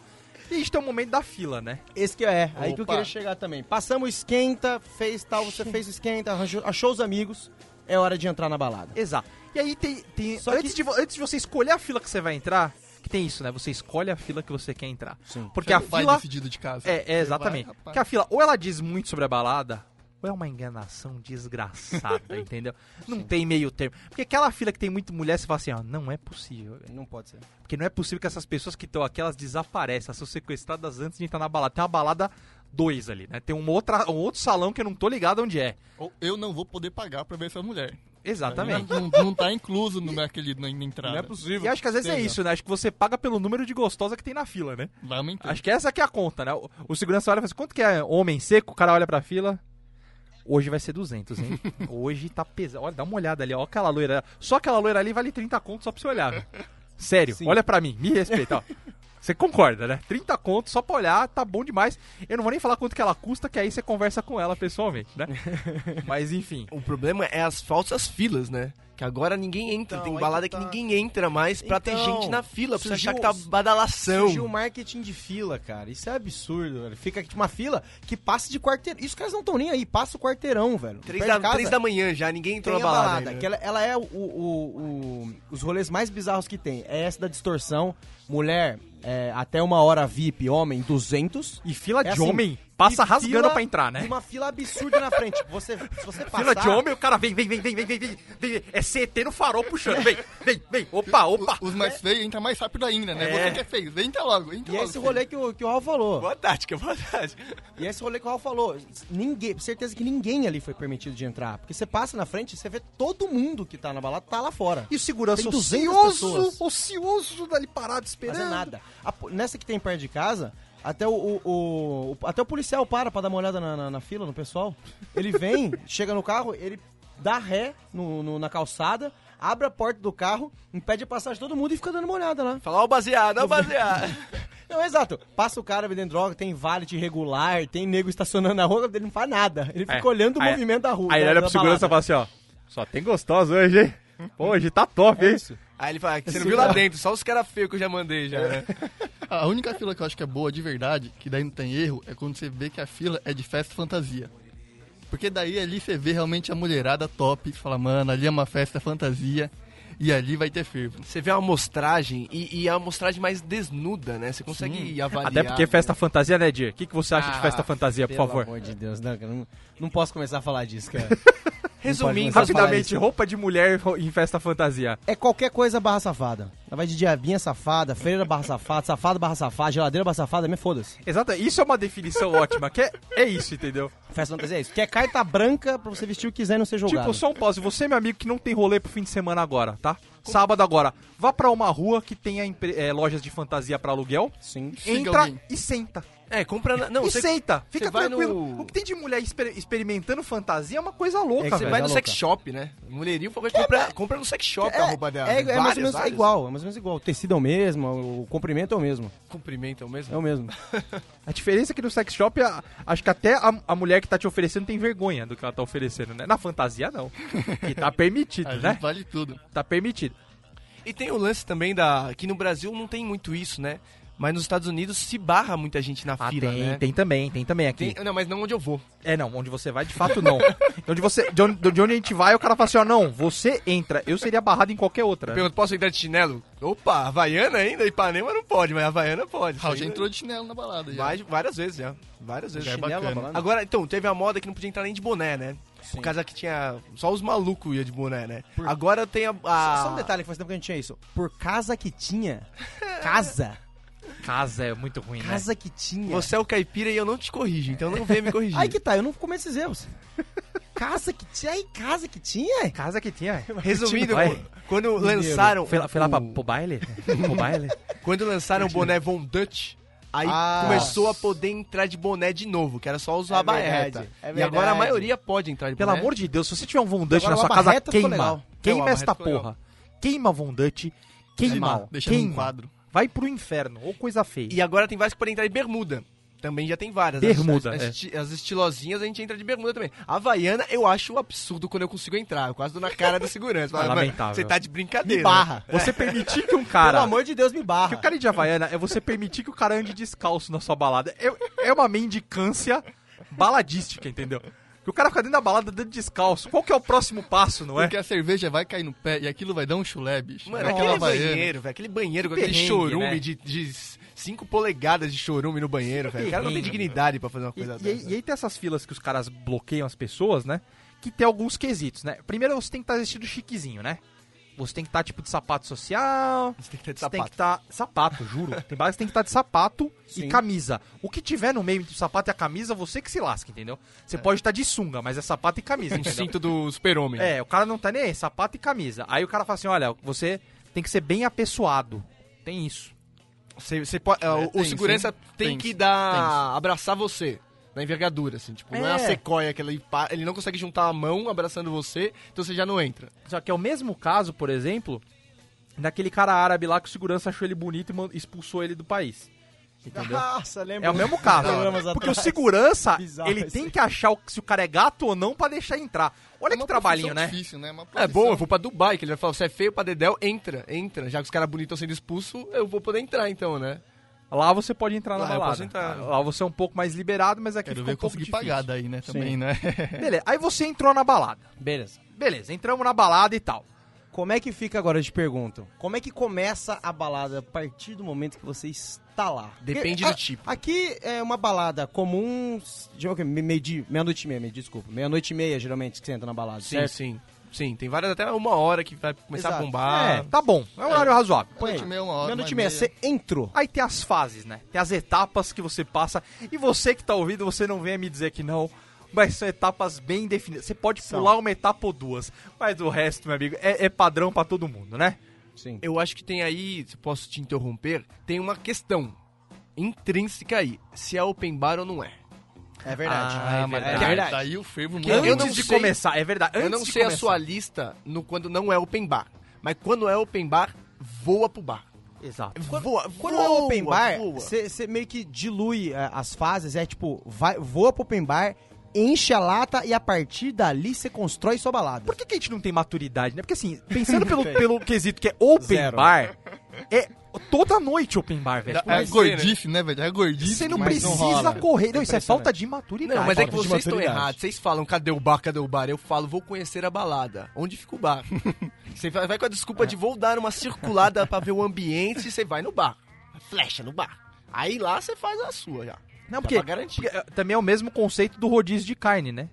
Speaker 2: E a gente tem o momento da fila, né?
Speaker 1: *laughs* Esse que é, aí que eu
Speaker 3: Opa.
Speaker 1: queria chegar também. Passamos esquenta, fez tal, você fez esquenta, arranjou, achou os amigos, é hora de entrar na balada.
Speaker 2: Exato. E aí tem. tem-
Speaker 1: Só
Speaker 2: antes,
Speaker 1: que-
Speaker 2: de, vo- antes de você escolher a fila que você vai entrar, que tem isso, né? Você escolhe a fila que você quer entrar.
Speaker 1: Sim.
Speaker 2: Porque
Speaker 3: Você
Speaker 2: a
Speaker 3: não vai
Speaker 2: fila.
Speaker 3: é um decidido de casa.
Speaker 2: É, é, exatamente.
Speaker 3: Vai, rapaz.
Speaker 2: Porque a fila, ou ela diz muito sobre a balada, ou é uma enganação desgraçada, *laughs* entendeu? Não tem meio termo. Porque aquela fila que tem muito mulher, você fala assim, ó, não é possível, velho.
Speaker 1: Não pode ser.
Speaker 2: Porque não é possível que essas pessoas que estão aqui, elas desaparecem, elas são sequestradas antes de entrar na balada. Tem uma balada 2 ali, né? Tem uma outra, um outro salão que eu não tô ligado onde é.
Speaker 3: Ou eu não vou poder pagar pra ver essa mulher.
Speaker 2: Exatamente.
Speaker 3: Não, não tá incluso no meu, aquele, na, na
Speaker 1: é
Speaker 3: entrada.
Speaker 2: possível. E acho que às vezes é isso, né? Acho que você paga pelo número de gostosa que tem na fila, né?
Speaker 3: Vai aumentar.
Speaker 2: Acho que essa que é a conta, né? O, o segurança olha e fala assim, quanto que é homem seco? O cara olha pra fila, hoje vai ser
Speaker 1: *laughs*
Speaker 2: 200, hein? Hoje tá pesado. Olha, dá uma olhada ali, ó, aquela loira. Só aquela loira ali vale 30 conto só pra você olhar. velho. Sério,
Speaker 1: Sim.
Speaker 2: olha pra mim, me respeita, ó. Você concorda, né? 30 conto só pra olhar, tá bom demais. Eu não vou nem falar quanto que ela custa, que aí você conversa com ela pessoalmente,
Speaker 1: *laughs*
Speaker 2: né? Mas enfim.
Speaker 4: o problema é as falsas filas, né? Que agora ninguém entra,
Speaker 1: Então,
Speaker 4: tem
Speaker 1: aí
Speaker 4: balada
Speaker 1: que
Speaker 4: que,
Speaker 1: tá.
Speaker 4: ninguém entra mais pra ter
Speaker 1: Então,
Speaker 4: gente na fila, pra você
Speaker 1: surgiu- um
Speaker 4: achar que tá badalação.
Speaker 1: Surgiu o marketing de fila, cara. Isso é absurdo, velho. Fica aqui tipo, uma fila que passa de quarteirão. Isso os caras não estão nem aí, passa o quarteirão, velho.
Speaker 4: Três
Speaker 1: Perto
Speaker 4: da,
Speaker 1: de casa,
Speaker 4: três da manhã já, ninguém entrou
Speaker 1: tem a
Speaker 4: na balada.
Speaker 1: balada,
Speaker 2: né?
Speaker 4: ainda.
Speaker 1: que ela, ela é o, o- o- os rolês mais bizarros que tem. É essa da distorção, mulher é, até uma hora VIP, homem 200.
Speaker 2: E fila
Speaker 1: É
Speaker 2: de
Speaker 1: assim,
Speaker 2: homem? Passa
Speaker 1: E
Speaker 2: rasgando
Speaker 1: fila-
Speaker 2: pra entrar, né?
Speaker 1: e Uma fila absurda na frente. Você, se você passar...
Speaker 2: Fila de homem, o cara vem, vem, vem, vem, vem, vem, vem, vem, vem. É CT no farol puxando, vem, vem, vem. Opa, opa.
Speaker 3: Os mais feios entram mais rápido ainda,
Speaker 2: É.
Speaker 3: né? Você que é feio, entra logo, entra
Speaker 1: né? E é
Speaker 3: logo.
Speaker 1: esse rolê que o, que o Raul falou.
Speaker 4: Boa tática, boa tática.
Speaker 1: E é esse rolê que o Raul falou. Ninguém, certeza que ninguém ali foi permitido de entrar. Porque você passa na frente e você vê todo mundo que tá na balada tá lá fora.
Speaker 2: E o segurança
Speaker 1: Tem 200
Speaker 2: ocioso,
Speaker 1: pessoas.
Speaker 2: ocioso dali parado esperando.
Speaker 1: Fazer nada. A po- nessa que tem perto de casa, até o, o- o- o- até o policial para pra dar uma olhada na, na- na fila, no pessoal. Ele *laughs* vem, chega no carro, ele dá ré no- no- na calçada, abre a porta do carro, impede a passagem de todo mundo e fica dando uma olhada lá.
Speaker 4: Falar o baseado, ó
Speaker 1: *laughs*
Speaker 4: o baseado.
Speaker 1: Não, exato. Passa o cara vendendo droga, tem valet irregular, tem nego estacionando na rua, ele não faz nada. Ele fica
Speaker 2: É.
Speaker 1: olhando o
Speaker 2: Aí-
Speaker 1: movimento da rua.
Speaker 2: Aí ele
Speaker 1: da-
Speaker 2: olha
Speaker 1: da
Speaker 2: pro segurança e
Speaker 1: balada.
Speaker 2: fala assim, ó. Só tem gostosa hoje, hein? Pô, hoje tá top, hein?
Speaker 4: Aí ele fala, você não viu lá dentro, só os caras feios que eu já mandei já,
Speaker 1: *laughs*
Speaker 4: né?
Speaker 3: A única fila que eu acho que é boa de verdade, que daí não tem erro, é quando você vê que a fila é de festa fantasia. Porque daí ali você vê realmente a mulherada top, que fala, mano, ali é uma festa fantasia e ali vai ter fervo.
Speaker 4: Você vê a amostragem e, e a amostragem mais desnuda, né? Você consegue avaliar.
Speaker 2: Até porque festa fantasia, né, Dir? O que, que você acha de
Speaker 4: Ah,
Speaker 2: festa fantasia, por
Speaker 1: Pelo
Speaker 2: favor?
Speaker 1: amor de Deus, não, cara, não, não posso começar a falar disso, *laughs* cara.
Speaker 4: Resumindo,
Speaker 1: Não pode começar a falar
Speaker 2: Rapidamente, roupa de mulher ro- em festa fantasia.
Speaker 1: É qualquer coisa barra safada. Ela vai de diabinha safada, freira barra safada, safado barra safada, geladeira barra safada, me foda-se.
Speaker 2: Exato, isso é uma definição ótima, que é, é isso, entendeu?
Speaker 1: Festa fantasia é isso. Que é carta branca pra você vestir o que quiser e não ser jogado.
Speaker 2: Tipo, só um pause. Você, meu amigo, que não tem rolê pro fim de semana agora, tá? Sábado agora. Vá pra uma rua que tenha empre- eh, lojas de fantasia pra aluguel.
Speaker 1: Sim.
Speaker 3: Siga
Speaker 2: entra
Speaker 3: alguém.
Speaker 2: e senta.
Speaker 4: É, compra. na- Não,
Speaker 2: e
Speaker 4: você,
Speaker 2: senta. Fica
Speaker 4: vai
Speaker 2: tranquilo.
Speaker 4: no-
Speaker 2: O que tem de mulher exper- experimentando fantasia é uma coisa
Speaker 1: É
Speaker 2: louca,
Speaker 1: que você
Speaker 4: você
Speaker 2: velho.
Speaker 4: vai
Speaker 1: é
Speaker 4: no
Speaker 1: louca.
Speaker 4: sex shop, né? Mulherinho vai comprar, compra no sex shop
Speaker 1: É,
Speaker 4: a roupa dela.
Speaker 1: é,
Speaker 4: né?
Speaker 1: é mais
Speaker 4: Várias,
Speaker 1: ou menos é
Speaker 4: várias.
Speaker 1: igual, é mais ou menos igual. O tecido é o mesmo, o comprimento é o mesmo.
Speaker 4: Cumprimento é o mesmo.
Speaker 1: É o mesmo.
Speaker 2: A diferença é que no sex shop, a- acho que até a, a mulher que tá te oferecendo tem vergonha do que ela tá oferecendo, né? Na fantasia, *laughs* não. Que tá permitido,
Speaker 3: Ali
Speaker 2: né?
Speaker 3: vale tudo.
Speaker 2: Tá permitido.
Speaker 4: E tem o lance também da. que no Brasil não tem muito isso, né? Mas nos Estados Unidos se barra muita gente na
Speaker 1: Ah,
Speaker 4: fila,
Speaker 2: Ah, tem,
Speaker 4: né?
Speaker 2: tem também, tem também aqui.
Speaker 4: Tem- Não, mas não onde eu vou.
Speaker 2: É, não, onde você vai, de fato, não. de, onde você, de, onde, de onde a gente vai, o cara fala assim, ó, não, você entra. Eu seria barrado em qualquer outra.
Speaker 4: Pergunto, posso entrar de chinelo? Opa, Havaiana ainda? Ipanema não pode, mas Havaiana pode.
Speaker 3: Raul já
Speaker 4: Isso
Speaker 3: entrou de chinelo na balada.
Speaker 4: aí
Speaker 3: Já.
Speaker 4: mais- várias vezes já. Várias vezes.
Speaker 3: Já é
Speaker 1: Chinelo,
Speaker 3: bacana.
Speaker 1: balada.
Speaker 4: Agora, então, teve a moda que não podia entrar nem de boné, né? Por causa que tinha. Só os malucos iam de boné, né? Agora tem a. a-
Speaker 1: Só- Só um detalhe que faz tempo que a gente tinha isso. Por casa que tinha. Casa.
Speaker 2: Casa é muito ruim,
Speaker 1: Casa que tinha.
Speaker 4: Você é o caipira e eu não te corrijo, então não venha me
Speaker 1: *laughs*
Speaker 4: corrigir.
Speaker 1: Aí que tá, eu não cometo esses erros. casa que tinha. Aí casa que tinha.
Speaker 2: Casa que tinha.
Speaker 4: *laughs* Resumindo,
Speaker 2: Vai.
Speaker 4: qu- quando lançaram.
Speaker 2: Foi lá, foi lá pra,
Speaker 4: o-
Speaker 2: pro baile? pro baile?
Speaker 4: Quando lançaram o boné Von Dutch, aí
Speaker 1: Ah.
Speaker 4: começou a poder entrar de boné de novo, que era só os aba
Speaker 1: verdade,
Speaker 4: reta.
Speaker 1: é
Speaker 4: e agora a
Speaker 1: verdade.
Speaker 4: maioria pode entrar de
Speaker 2: Pelo
Speaker 4: boné.
Speaker 2: amor de Deus, se você tiver um Von Dutch
Speaker 1: Agora
Speaker 2: na sua
Speaker 1: uma
Speaker 2: casa,
Speaker 1: barreta ficou
Speaker 2: queima.
Speaker 1: legal.
Speaker 4: Não,
Speaker 2: Queima
Speaker 4: uma
Speaker 2: esta
Speaker 4: barreta ficou
Speaker 2: porra. Queima Von Dutch. Queima.
Speaker 3: Deixa num
Speaker 2: Queima.
Speaker 3: quadro.
Speaker 2: Vai pro inferno. Ou coisa feia.
Speaker 4: E agora tem várias que podem entrar de bermuda. Também já tem várias.
Speaker 2: Bermuda,
Speaker 4: As, as,
Speaker 2: é.
Speaker 4: esti- as estilosinhas a gente entra de bermuda também. A Havaiana eu acho um absurdo quando eu consigo entrar. Eu quase dou na cara da segurança. Fala, "Mano,
Speaker 2: lamentável.
Speaker 4: Você tá de brincadeira.
Speaker 1: Me barra.
Speaker 2: Você permitir que um
Speaker 1: Pelo
Speaker 2: cara...
Speaker 1: amor de Deus, me barra.
Speaker 2: Que o cara de Havaiana é você permitir que o cara ande descalço na sua balada. É, é uma mendicância baladística, entendeu? Que o cara fica dentro da balada dando descalço. Qual que é o próximo passo, não é?
Speaker 3: Porque a cerveja vai cair no pé e aquilo vai dar um chulé, bicho.
Speaker 4: Mano,
Speaker 3: Vai É
Speaker 4: aquele
Speaker 3: aquela baiana.
Speaker 4: banheiro, velho. Aquele banheiro com aquele
Speaker 2: perrengue,
Speaker 4: chorume
Speaker 2: né?
Speaker 4: de, de 5 polegadas de chorume no banheiro, velho. O cara não tem
Speaker 2: Perrengue.
Speaker 4: dignidade pra fazer uma
Speaker 2: E,
Speaker 4: coisa
Speaker 2: e aí-
Speaker 4: dessa.
Speaker 2: e aí tem essas filas que os caras bloqueiam as pessoas, né? Que tem alguns quesitos, né? Primeiro você tem que estar vestido chiquezinho, né? Você tem que estar tipo de sapato social.
Speaker 4: Você tem que estar de
Speaker 2: Você tem
Speaker 4: sapato.
Speaker 2: que estar. Sapato, juro. Tem bares que tem que estar de sapato
Speaker 1: Sim.
Speaker 2: e camisa. O que tiver no meio entre o sapato e a camisa, você que se lasca, entendeu? Você pode estar de sunga, mas é sapato e camisa,
Speaker 4: Um
Speaker 2: entendeu?
Speaker 4: cinto do super-homem.
Speaker 2: É, o cara não tá nem aí, sapato e camisa. Aí o cara fala assim: olha, você tem que ser bem apessoado. Tem isso.
Speaker 4: Você, você pode, é, o- o
Speaker 3: tenso,
Speaker 4: segurança
Speaker 3: hein?
Speaker 4: tem
Speaker 3: Tenso,
Speaker 4: que dar. abraçar você. Na envergadura, assim, tipo, não é a
Speaker 2: É.
Speaker 4: sequoia que ele, pa- ele não consegue juntar a mão abraçando você, então você já não entra.
Speaker 2: Só que é o mesmo caso, por exemplo, daquele cara árabe lá que o segurança achou ele bonito e man- expulsou ele do país. Entendeu?
Speaker 1: Nossa, lembra?
Speaker 2: É o mesmo caso.
Speaker 1: Programas
Speaker 2: Porque o
Speaker 1: atrás. *laughs*
Speaker 2: segurança,
Speaker 1: Bizarro
Speaker 2: ele
Speaker 1: isso
Speaker 2: tem
Speaker 1: aí.
Speaker 2: que achar o- se o cara é gato ou não pra deixar entrar.
Speaker 3: É
Speaker 2: Olha
Speaker 3: uma
Speaker 2: que trabalhinho,
Speaker 3: profissão
Speaker 2: né?
Speaker 3: Difícil, né? Uma
Speaker 4: É
Speaker 3: profissão-
Speaker 4: bom, eu vou pra Dubai, que ele vai falar, você é feio pra Dedel, entra, entra. Já que os caras bonitos estão sendo expulsos, eu vou poder entrar então, né?
Speaker 2: Lá você pode entrar na
Speaker 4: Lá eu
Speaker 2: balada.
Speaker 4: posso entrar.
Speaker 2: Lá você é um pouco mais liberado, mas aqui
Speaker 3: Quero
Speaker 2: fica
Speaker 3: ver
Speaker 2: um pouco
Speaker 3: conseguir
Speaker 2: difícil.
Speaker 3: pagar daí, né? *laughs* Também, né?
Speaker 2: Beleza. Aí você entrou na balada.
Speaker 1: Beleza.
Speaker 2: Beleza, entramos na balada e tal.
Speaker 1: Como é que fica agora, eles perguntam? Como é que começa a balada a partir do momento que você está lá?
Speaker 4: Depende
Speaker 1: Porque,
Speaker 4: do tipo.
Speaker 1: Aqui é uma balada comum, de- o quê? Me- meio dia- meia-noite e meia, me desculpa. Meia-noite e meia, geralmente, que você entra na balada,
Speaker 4: Sim,
Speaker 1: certo?
Speaker 4: sim. Sim, tem várias até uma hora que vai começar
Speaker 1: Exato.
Speaker 4: a
Speaker 3: Ah.
Speaker 4: bombar.
Speaker 1: É.
Speaker 2: Tá bom, é um horário razoável.
Speaker 1: Põe aí.
Speaker 3: Meia-noite e meia, uma hora,
Speaker 1: Meia-noite e
Speaker 3: uma
Speaker 1: meia,
Speaker 3: e meia.
Speaker 1: você entrou.
Speaker 2: Aí tem as fases, né? Tem as etapas que você passa. E você que tá ouvindo, você não venha me dizer que não. Mas são etapas bem definidas. Você pode
Speaker 1: São.
Speaker 2: pular uma etapa ou duas. Mas o resto, meu amigo, é, é padrão pra todo mundo, né?
Speaker 1: Sim.
Speaker 4: Eu acho que tem aí, se posso te interromper, tem uma questão intrínseca aí, se é open bar ou não é.
Speaker 1: É verdade.
Speaker 2: Ah,
Speaker 1: é
Speaker 2: mas
Speaker 1: verdade.
Speaker 4: daí-
Speaker 1: É verdade.
Speaker 3: Daí o fervo
Speaker 4: Eu
Speaker 2: Antes
Speaker 3: morre.
Speaker 4: não
Speaker 2: de
Speaker 4: sei-
Speaker 2: começar, é verdade.
Speaker 4: eu
Speaker 2: antes
Speaker 4: não
Speaker 2: de
Speaker 4: sei a
Speaker 2: começar.
Speaker 4: sua lista no quando não é open bar, mas quando é open bar, voa pro bar.
Speaker 2: Exato.
Speaker 4: voa,
Speaker 1: Quando
Speaker 4: voa,
Speaker 1: é open bar,
Speaker 4: voa.
Speaker 1: você meio que dilui é, as fases, é tipo, vai, voa pro open bar, enche a lata e a partir dali você constrói sua balada.
Speaker 2: Por que, que a gente não tem maturidade, né? Porque assim,
Speaker 4: *laughs*
Speaker 2: pensando pelo, pelo quesito que é open
Speaker 1: Zero.
Speaker 2: bar, é toda noite open bar, velho.
Speaker 3: É
Speaker 4: Mas-
Speaker 3: gordice, né, velho? É gordice.
Speaker 2: Você não
Speaker 3: mas
Speaker 2: precisa
Speaker 3: rola.
Speaker 2: correr. Não, isso é
Speaker 1: Impressionante.
Speaker 2: falta de maturidade.
Speaker 4: Não, mas é que
Speaker 1: falta de
Speaker 4: vocês estão
Speaker 1: maturidade.
Speaker 4: errados. Vocês falam, cadê o bar, cadê o bar? Eu falo, vou conhecer a balada. Onde fica o
Speaker 1: *laughs*
Speaker 4: bar? Você vai vai com a desculpa de vou dar uma circulada pra ver o ambiente e você vai no bar. Flecha no bar. Aí lá você faz a sua já.
Speaker 2: Não,
Speaker 4: Dá
Speaker 2: porque,
Speaker 4: pra garantir.
Speaker 2: porque, eh, também é o mesmo conceito do rodízio de carne, né?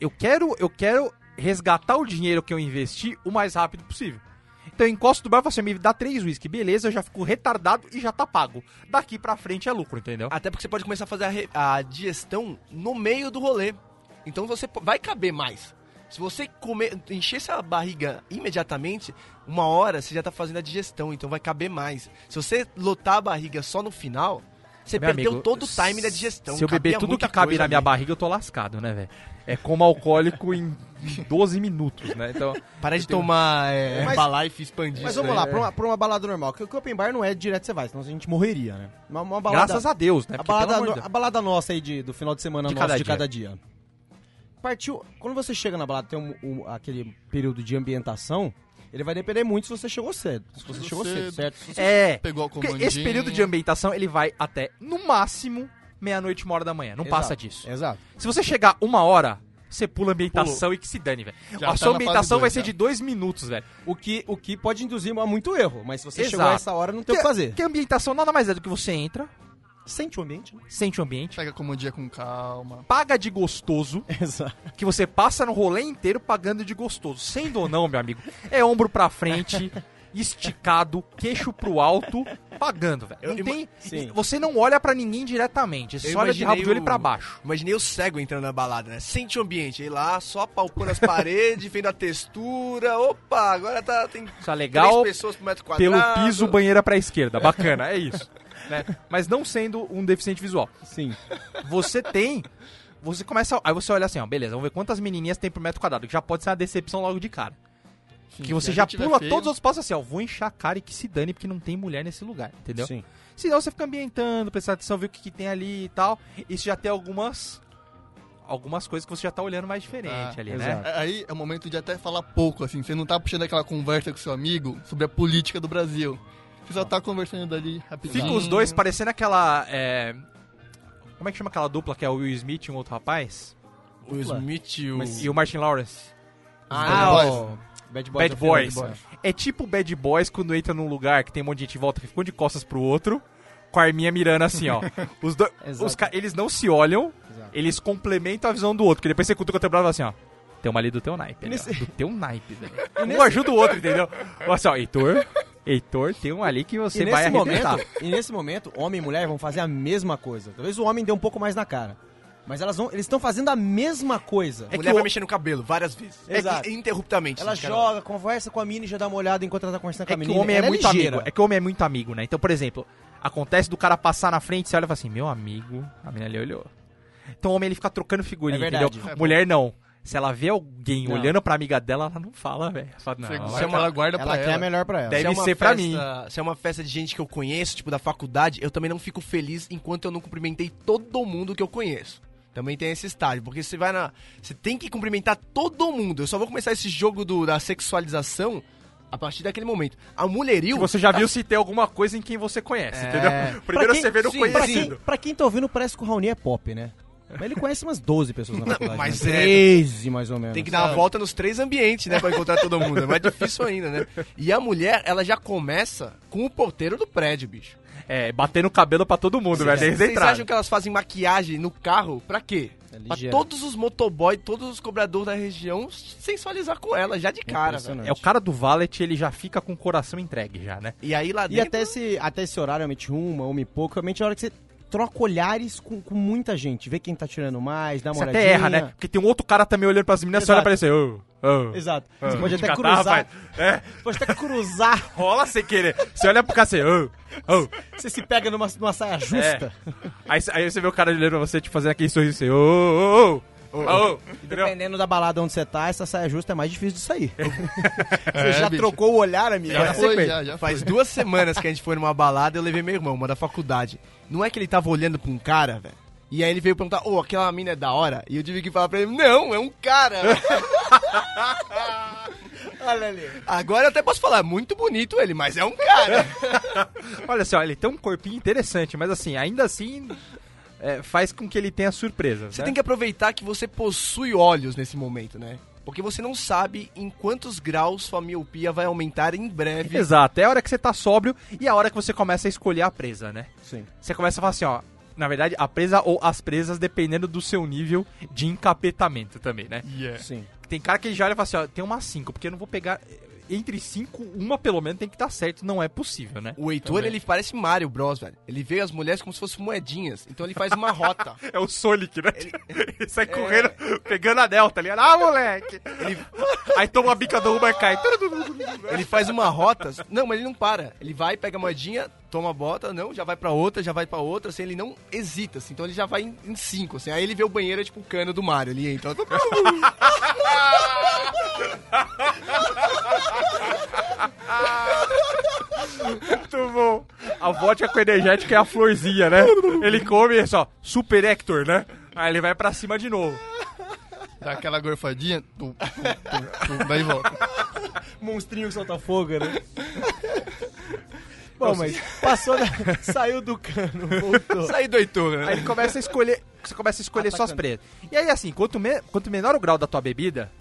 Speaker 2: Eu quero, eu quero resgatar o dinheiro que eu investi o mais rápido possível. Então eu encosto do bar e falo assim, me dá três whisky, beleza, eu já fico retardado e já tá pago. Daqui pra frente é lucro, entendeu?
Speaker 4: Até porque você pode começar a fazer a, re- a digestão no meio do rolê. Então você po- vai caber mais. Se você comer, encher essa barriga imediatamente, uma hora você já tá fazendo a digestão, então vai caber mais. Se você lotar a barriga só no final, você
Speaker 2: Meu
Speaker 4: perdeu
Speaker 2: amigo,
Speaker 4: todo o time da digestão.
Speaker 2: Se eu
Speaker 4: Cabia
Speaker 2: beber tudo
Speaker 4: muita
Speaker 2: que cabe
Speaker 4: coisa
Speaker 2: na minha
Speaker 4: ali.
Speaker 2: barriga, eu tô lascado, né, velho? É como alcoólico em *laughs* 12 minutos, né? Então,
Speaker 4: Para de tomar é,
Speaker 1: Mas-
Speaker 4: Herbalife expandido.
Speaker 1: Mas vamos lá, pra uma, pra uma balada normal, que o open bar não é direto você vai, senão a gente morreria, né? Uma, uma balada,
Speaker 2: graças a Deus, né?
Speaker 1: a
Speaker 2: Porque, pelo
Speaker 1: balada,
Speaker 2: amor de
Speaker 1: no-
Speaker 2: Deus.
Speaker 1: a balada nossa aí de, do final de semana
Speaker 2: De
Speaker 1: nosso
Speaker 2: cada
Speaker 1: de
Speaker 2: dia.
Speaker 1: cada dia. Partiu, quando você chega na balada, tem um- um- aquele período de ambientação, ele vai depender muito se você chegou cedo. Se você chegou
Speaker 3: Chegou
Speaker 1: cedo,
Speaker 3: cedo.
Speaker 1: certo?
Speaker 2: É,
Speaker 3: Pegou o
Speaker 2: Porque
Speaker 3: comandinho.
Speaker 2: esse período de ambientação, ele vai até, no máximo, meia-noite, uma hora da manhã. Não passa
Speaker 1: Exato,
Speaker 2: disso.
Speaker 1: Exato.
Speaker 2: Se você chegar uma hora, você pula a ambientação e que se dane, velho.
Speaker 3: Já
Speaker 2: A
Speaker 3: tá
Speaker 2: sua
Speaker 3: na
Speaker 2: ambientação
Speaker 3: fase dois,
Speaker 2: vai ser
Speaker 3: já.
Speaker 2: de dois minutos, velho.
Speaker 1: O que, o que pode induzir a muito erro, mas se você
Speaker 2: Exato.
Speaker 1: chegou a essa hora, não tem o que fazer.
Speaker 2: Porque a ambientação nada mais é do que você entra,
Speaker 1: Sente o ambiente, né?
Speaker 2: sente o ambiente,
Speaker 3: Pega a comandinha com calma.
Speaker 2: paga de gostoso,
Speaker 1: Exato.
Speaker 2: que você passa no rolê inteiro pagando de gostoso. Sendo ou não, meu amigo, é ombro pra frente, esticado, queixo pro alto, pagando,
Speaker 4: Eu
Speaker 2: velho. Não tem-
Speaker 1: Sim.
Speaker 2: Você não olha pra ninguém diretamente, você
Speaker 4: Eu
Speaker 2: só olha de
Speaker 4: imaginei
Speaker 2: rabo de olho
Speaker 4: o-
Speaker 2: pra baixo.
Speaker 4: Imaginei o cego entrando na balada, né? Sente o ambiente, aí lá, só palpando
Speaker 2: *laughs*
Speaker 4: as paredes, vendo a textura. Opa, agora tá, tem
Speaker 2: Isso é legal,
Speaker 4: três pessoas por metro
Speaker 2: pelo
Speaker 4: quadrado.
Speaker 2: piso, banheira pra esquerda. Bacana, é isso. né? Mas não sendo um deficiente visual.
Speaker 1: Sim.
Speaker 2: Você tem. Você começa. Aí você olha assim, ó, beleza, vamos ver quantas menininhas tem por metro quadrado, que já pode ser uma decepção logo de cara. que você
Speaker 3: se a
Speaker 2: já
Speaker 3: gente tiver
Speaker 2: pula
Speaker 3: feio-
Speaker 2: todos os outros passos assim, ó, vou encher a cara e que se dane, porque não tem mulher nesse lugar, entendeu?
Speaker 1: Sim.
Speaker 2: Senão você fica ambientando, prestando atenção, ver o que, que tem ali e tal. Isso já tem algumas. Algumas coisas que você já tá olhando mais diferente
Speaker 3: Ah,
Speaker 2: ali, né?
Speaker 1: exato.
Speaker 3: É, Aí é o momento de até falar pouco, assim. Você não tá puxando aquela conversa com seu amigo sobre a política do Brasil. Você só tá conversando dali rapidinho.
Speaker 2: Ficam os dois parecendo aquela. é, Como é que chama aquela dupla que é o Will Smith e um outro rapaz?
Speaker 4: O Smith e o...
Speaker 2: E o Martin Lawrence.
Speaker 4: Ah,
Speaker 3: Bad
Speaker 4: ó,
Speaker 1: Bad Boys.
Speaker 2: Bad Boys. É tipo Bad Boys quando entra num lugar que tem um monte de gente em volta que ficou de costas pro outro, com a arminha mirando
Speaker 1: *laughs*
Speaker 2: assim, ó. Os dois.
Speaker 1: Exato.
Speaker 2: os ca- eles não se olham,
Speaker 1: Exato.
Speaker 2: eles complementam a visão do outro, que depois você cutuca o teu braço e fala assim, ó. Tem uma ali do teu naipe, ali, ó,
Speaker 1: Nesse-
Speaker 2: do teu
Speaker 1: *laughs*
Speaker 2: naipe, velho. Um ajuda o outro, entendeu? Olha só, Heitor, Heitor, tem um ali que você
Speaker 1: e
Speaker 2: vai
Speaker 1: nesse
Speaker 2: arrebentar.
Speaker 1: momento, e nesse momento, homem e mulher vão fazer a mesma coisa. Talvez o homem dê um pouco mais na cara. Mas elas vão, eles estão fazendo a mesma coisa.
Speaker 4: A
Speaker 2: É
Speaker 4: mulher
Speaker 2: que o-
Speaker 4: vai mexer no cabelo várias vezes. É
Speaker 1: Exato.
Speaker 4: que- interruptamente.
Speaker 1: Ela
Speaker 4: assim, cara.
Speaker 1: joga, conversa com a mina e já dá uma olhada enquanto ela tá conversando com
Speaker 2: É
Speaker 1: a
Speaker 2: que o
Speaker 1: menina.
Speaker 2: homem é
Speaker 1: Ela
Speaker 2: muito
Speaker 1: ligeira.
Speaker 2: amigo. É que o homem é muito amigo, né? Então, por exemplo, acontece do cara passar na frente, você olha e fala assim, meu amigo, a menina ali olhou. Então o homem ele fica trocando figurinha,
Speaker 1: É verdade.
Speaker 2: entendeu?
Speaker 1: É bom.
Speaker 2: Mulher não. Se ela vê alguém
Speaker 1: Não.
Speaker 2: olhando pra amiga dela, ela não fala, velho. Ela fala, não,
Speaker 3: Você
Speaker 2: vai-
Speaker 3: guarda, ela guarda
Speaker 1: Ela
Speaker 3: pra
Speaker 1: quer
Speaker 3: ela.
Speaker 1: a melhor pra ela.
Speaker 2: Deve-
Speaker 4: é uma
Speaker 2: ser pra
Speaker 4: festa- Se é uma festa de gente que eu conheço, tipo da faculdade, eu também não fico feliz enquanto eu não cumprimentei todo mundo que eu conheço. Também tem esse estágio, porque você vai na. Você tem que cumprimentar todo mundo. Eu só vou começar esse jogo do- da sexualização a partir daquele momento. A mulheril.
Speaker 2: Que você já viu se tem alguma coisa em quem você conhece, entendeu?
Speaker 1: É. Pra
Speaker 2: Primeiro
Speaker 1: quem-
Speaker 2: você vê no
Speaker 1: sim, pra
Speaker 2: conhecido.
Speaker 1: quem, pra quem tá ouvindo, parece que o Raoni é pop, né? Mas ele conhece umas 12 pessoas na faculdade.
Speaker 4: mas
Speaker 1: né?
Speaker 4: é-
Speaker 1: 13, mais ou menos.
Speaker 4: Tem que dar uma volta nos três ambientes, né? Pra encontrar todo mundo. É mais difícil ainda, né? E a mulher, ela já começa com o porteiro do prédio, bicho.
Speaker 2: É, batendo o cabelo pra todo mundo, velho. Desde a
Speaker 4: é. Vocês
Speaker 2: entrada.
Speaker 4: acham que elas fazem maquiagem no carro pra quê?
Speaker 1: É
Speaker 4: pra
Speaker 1: ligeiro.
Speaker 4: todos os motoboy, todos os cobradores da região sensualizar com ela, já de cara, velho.
Speaker 1: Impressionante.
Speaker 2: É o cara do Valet, ele já fica com o coração entregue já, né?
Speaker 4: E aí lá
Speaker 1: E
Speaker 4: dentro...
Speaker 1: até esse, até esse horário, realmente, uma, uma e pouco, realmente é a hora que você troca olhares com, com muita gente. Vê quem tá tirando mais, dá uma
Speaker 2: Você até
Speaker 1: olhadinha.
Speaker 2: erra, né? Porque tem um outro cara também olhando pras meninas, você olha
Speaker 1: Exato.
Speaker 2: pra ele assim, ô, ô.
Speaker 1: Exato.
Speaker 2: ô,
Speaker 1: Você pode
Speaker 2: te
Speaker 1: até
Speaker 2: Ah. catar,
Speaker 1: cruzar.
Speaker 2: rapaz. É,
Speaker 1: Pode até cruzar.
Speaker 2: rola sem querer. Você olha pro cara assim, ô, ô. É.
Speaker 1: Você se pega numa, numa saia justa.
Speaker 2: Aí, cê- aí você vê o cara olhando pra você, te fazendo aquele sorriso assim, ô, ô, ô, ô, ô. Entendeu?
Speaker 1: Dependendo da balada onde você tá, essa saia justa é mais difícil de sair. *laughs* você
Speaker 3: É,
Speaker 1: já
Speaker 3: bicho. É.
Speaker 1: trocou o olhar, amigo?
Speaker 3: Já foi,
Speaker 2: sequência.
Speaker 3: já, já foi.
Speaker 4: Faz duas semanas que a gente foi numa balada, eu levei meu irmão, uma da faculdade. Não é que ele tava olhando pra um cara, velho? E aí ele veio perguntar, ô, aquela mina é da hora? E eu tive que falar pra ele, não, é um cara. *laughs*
Speaker 1: Olha ali.
Speaker 4: Agora eu até posso falar, muito bonito ele, mas é um cara.
Speaker 2: Olha assim, ó, ele tem um corpinho interessante, mas assim, ainda assim, é, faz com que ele tenha surpresas.
Speaker 4: Você
Speaker 2: né?
Speaker 4: tem que aproveitar que você possui olhos nesse momento, né? Porque você não sabe em quantos graus sua miopia vai aumentar em breve.
Speaker 2: Exato, é a hora que você tá sóbrio e é a hora que você começa a escolher a presa, né?
Speaker 1: Sim.
Speaker 2: Você começa a falar assim, ó. Na verdade, a presa ou as presas, dependendo do seu nível de encapetamento também, né?
Speaker 3: Yeah.
Speaker 1: Sim.
Speaker 2: Tem cara que já olha e fala assim, ó, tem uma 5, porque eu não vou pegar. Entre 5, uma pelo menos tem que estar tá certo, não é possível, né?
Speaker 4: O Heitor, ele parece Mario Bros, velho. Ele vê as mulheres como se fossem moedinhas. Então ele faz uma
Speaker 2: *laughs*
Speaker 4: rota.
Speaker 2: É o Sonic, né? Ele sai correndo, pegando a Delta, tá ligado? Ah, moleque! Aí toma a bica do Uber e cai.
Speaker 4: Ele faz uma rota. Não, mas ele não para. Ele vai, pega a moedinha, toma a bota, não, já vai pra outra, já vai pra outra, assim, ele não hesita, assim. Então ele já vai em, em cinco, assim. Aí ele vê o banheiro, é tipo o cano do Mario ali, então.
Speaker 2: Muito bom. A vodka com energético é a florzinha, né? Ele come e é só, Super Hector, né? Aí ele vai pra cima de novo.
Speaker 3: Dá aquela gorfadinha, tu, tu, tu, tu, daí volta.
Speaker 1: Monstrinho que solta fogo, né? Bom, mas passou da... Saiu do cano, voltou.
Speaker 4: Sai do Heitor, né?
Speaker 2: Aí ele começa a escolher, você começa a escolher suas
Speaker 1: Atacando.
Speaker 2: presas. E aí assim, quanto, me- quanto menor o grau da tua bebida,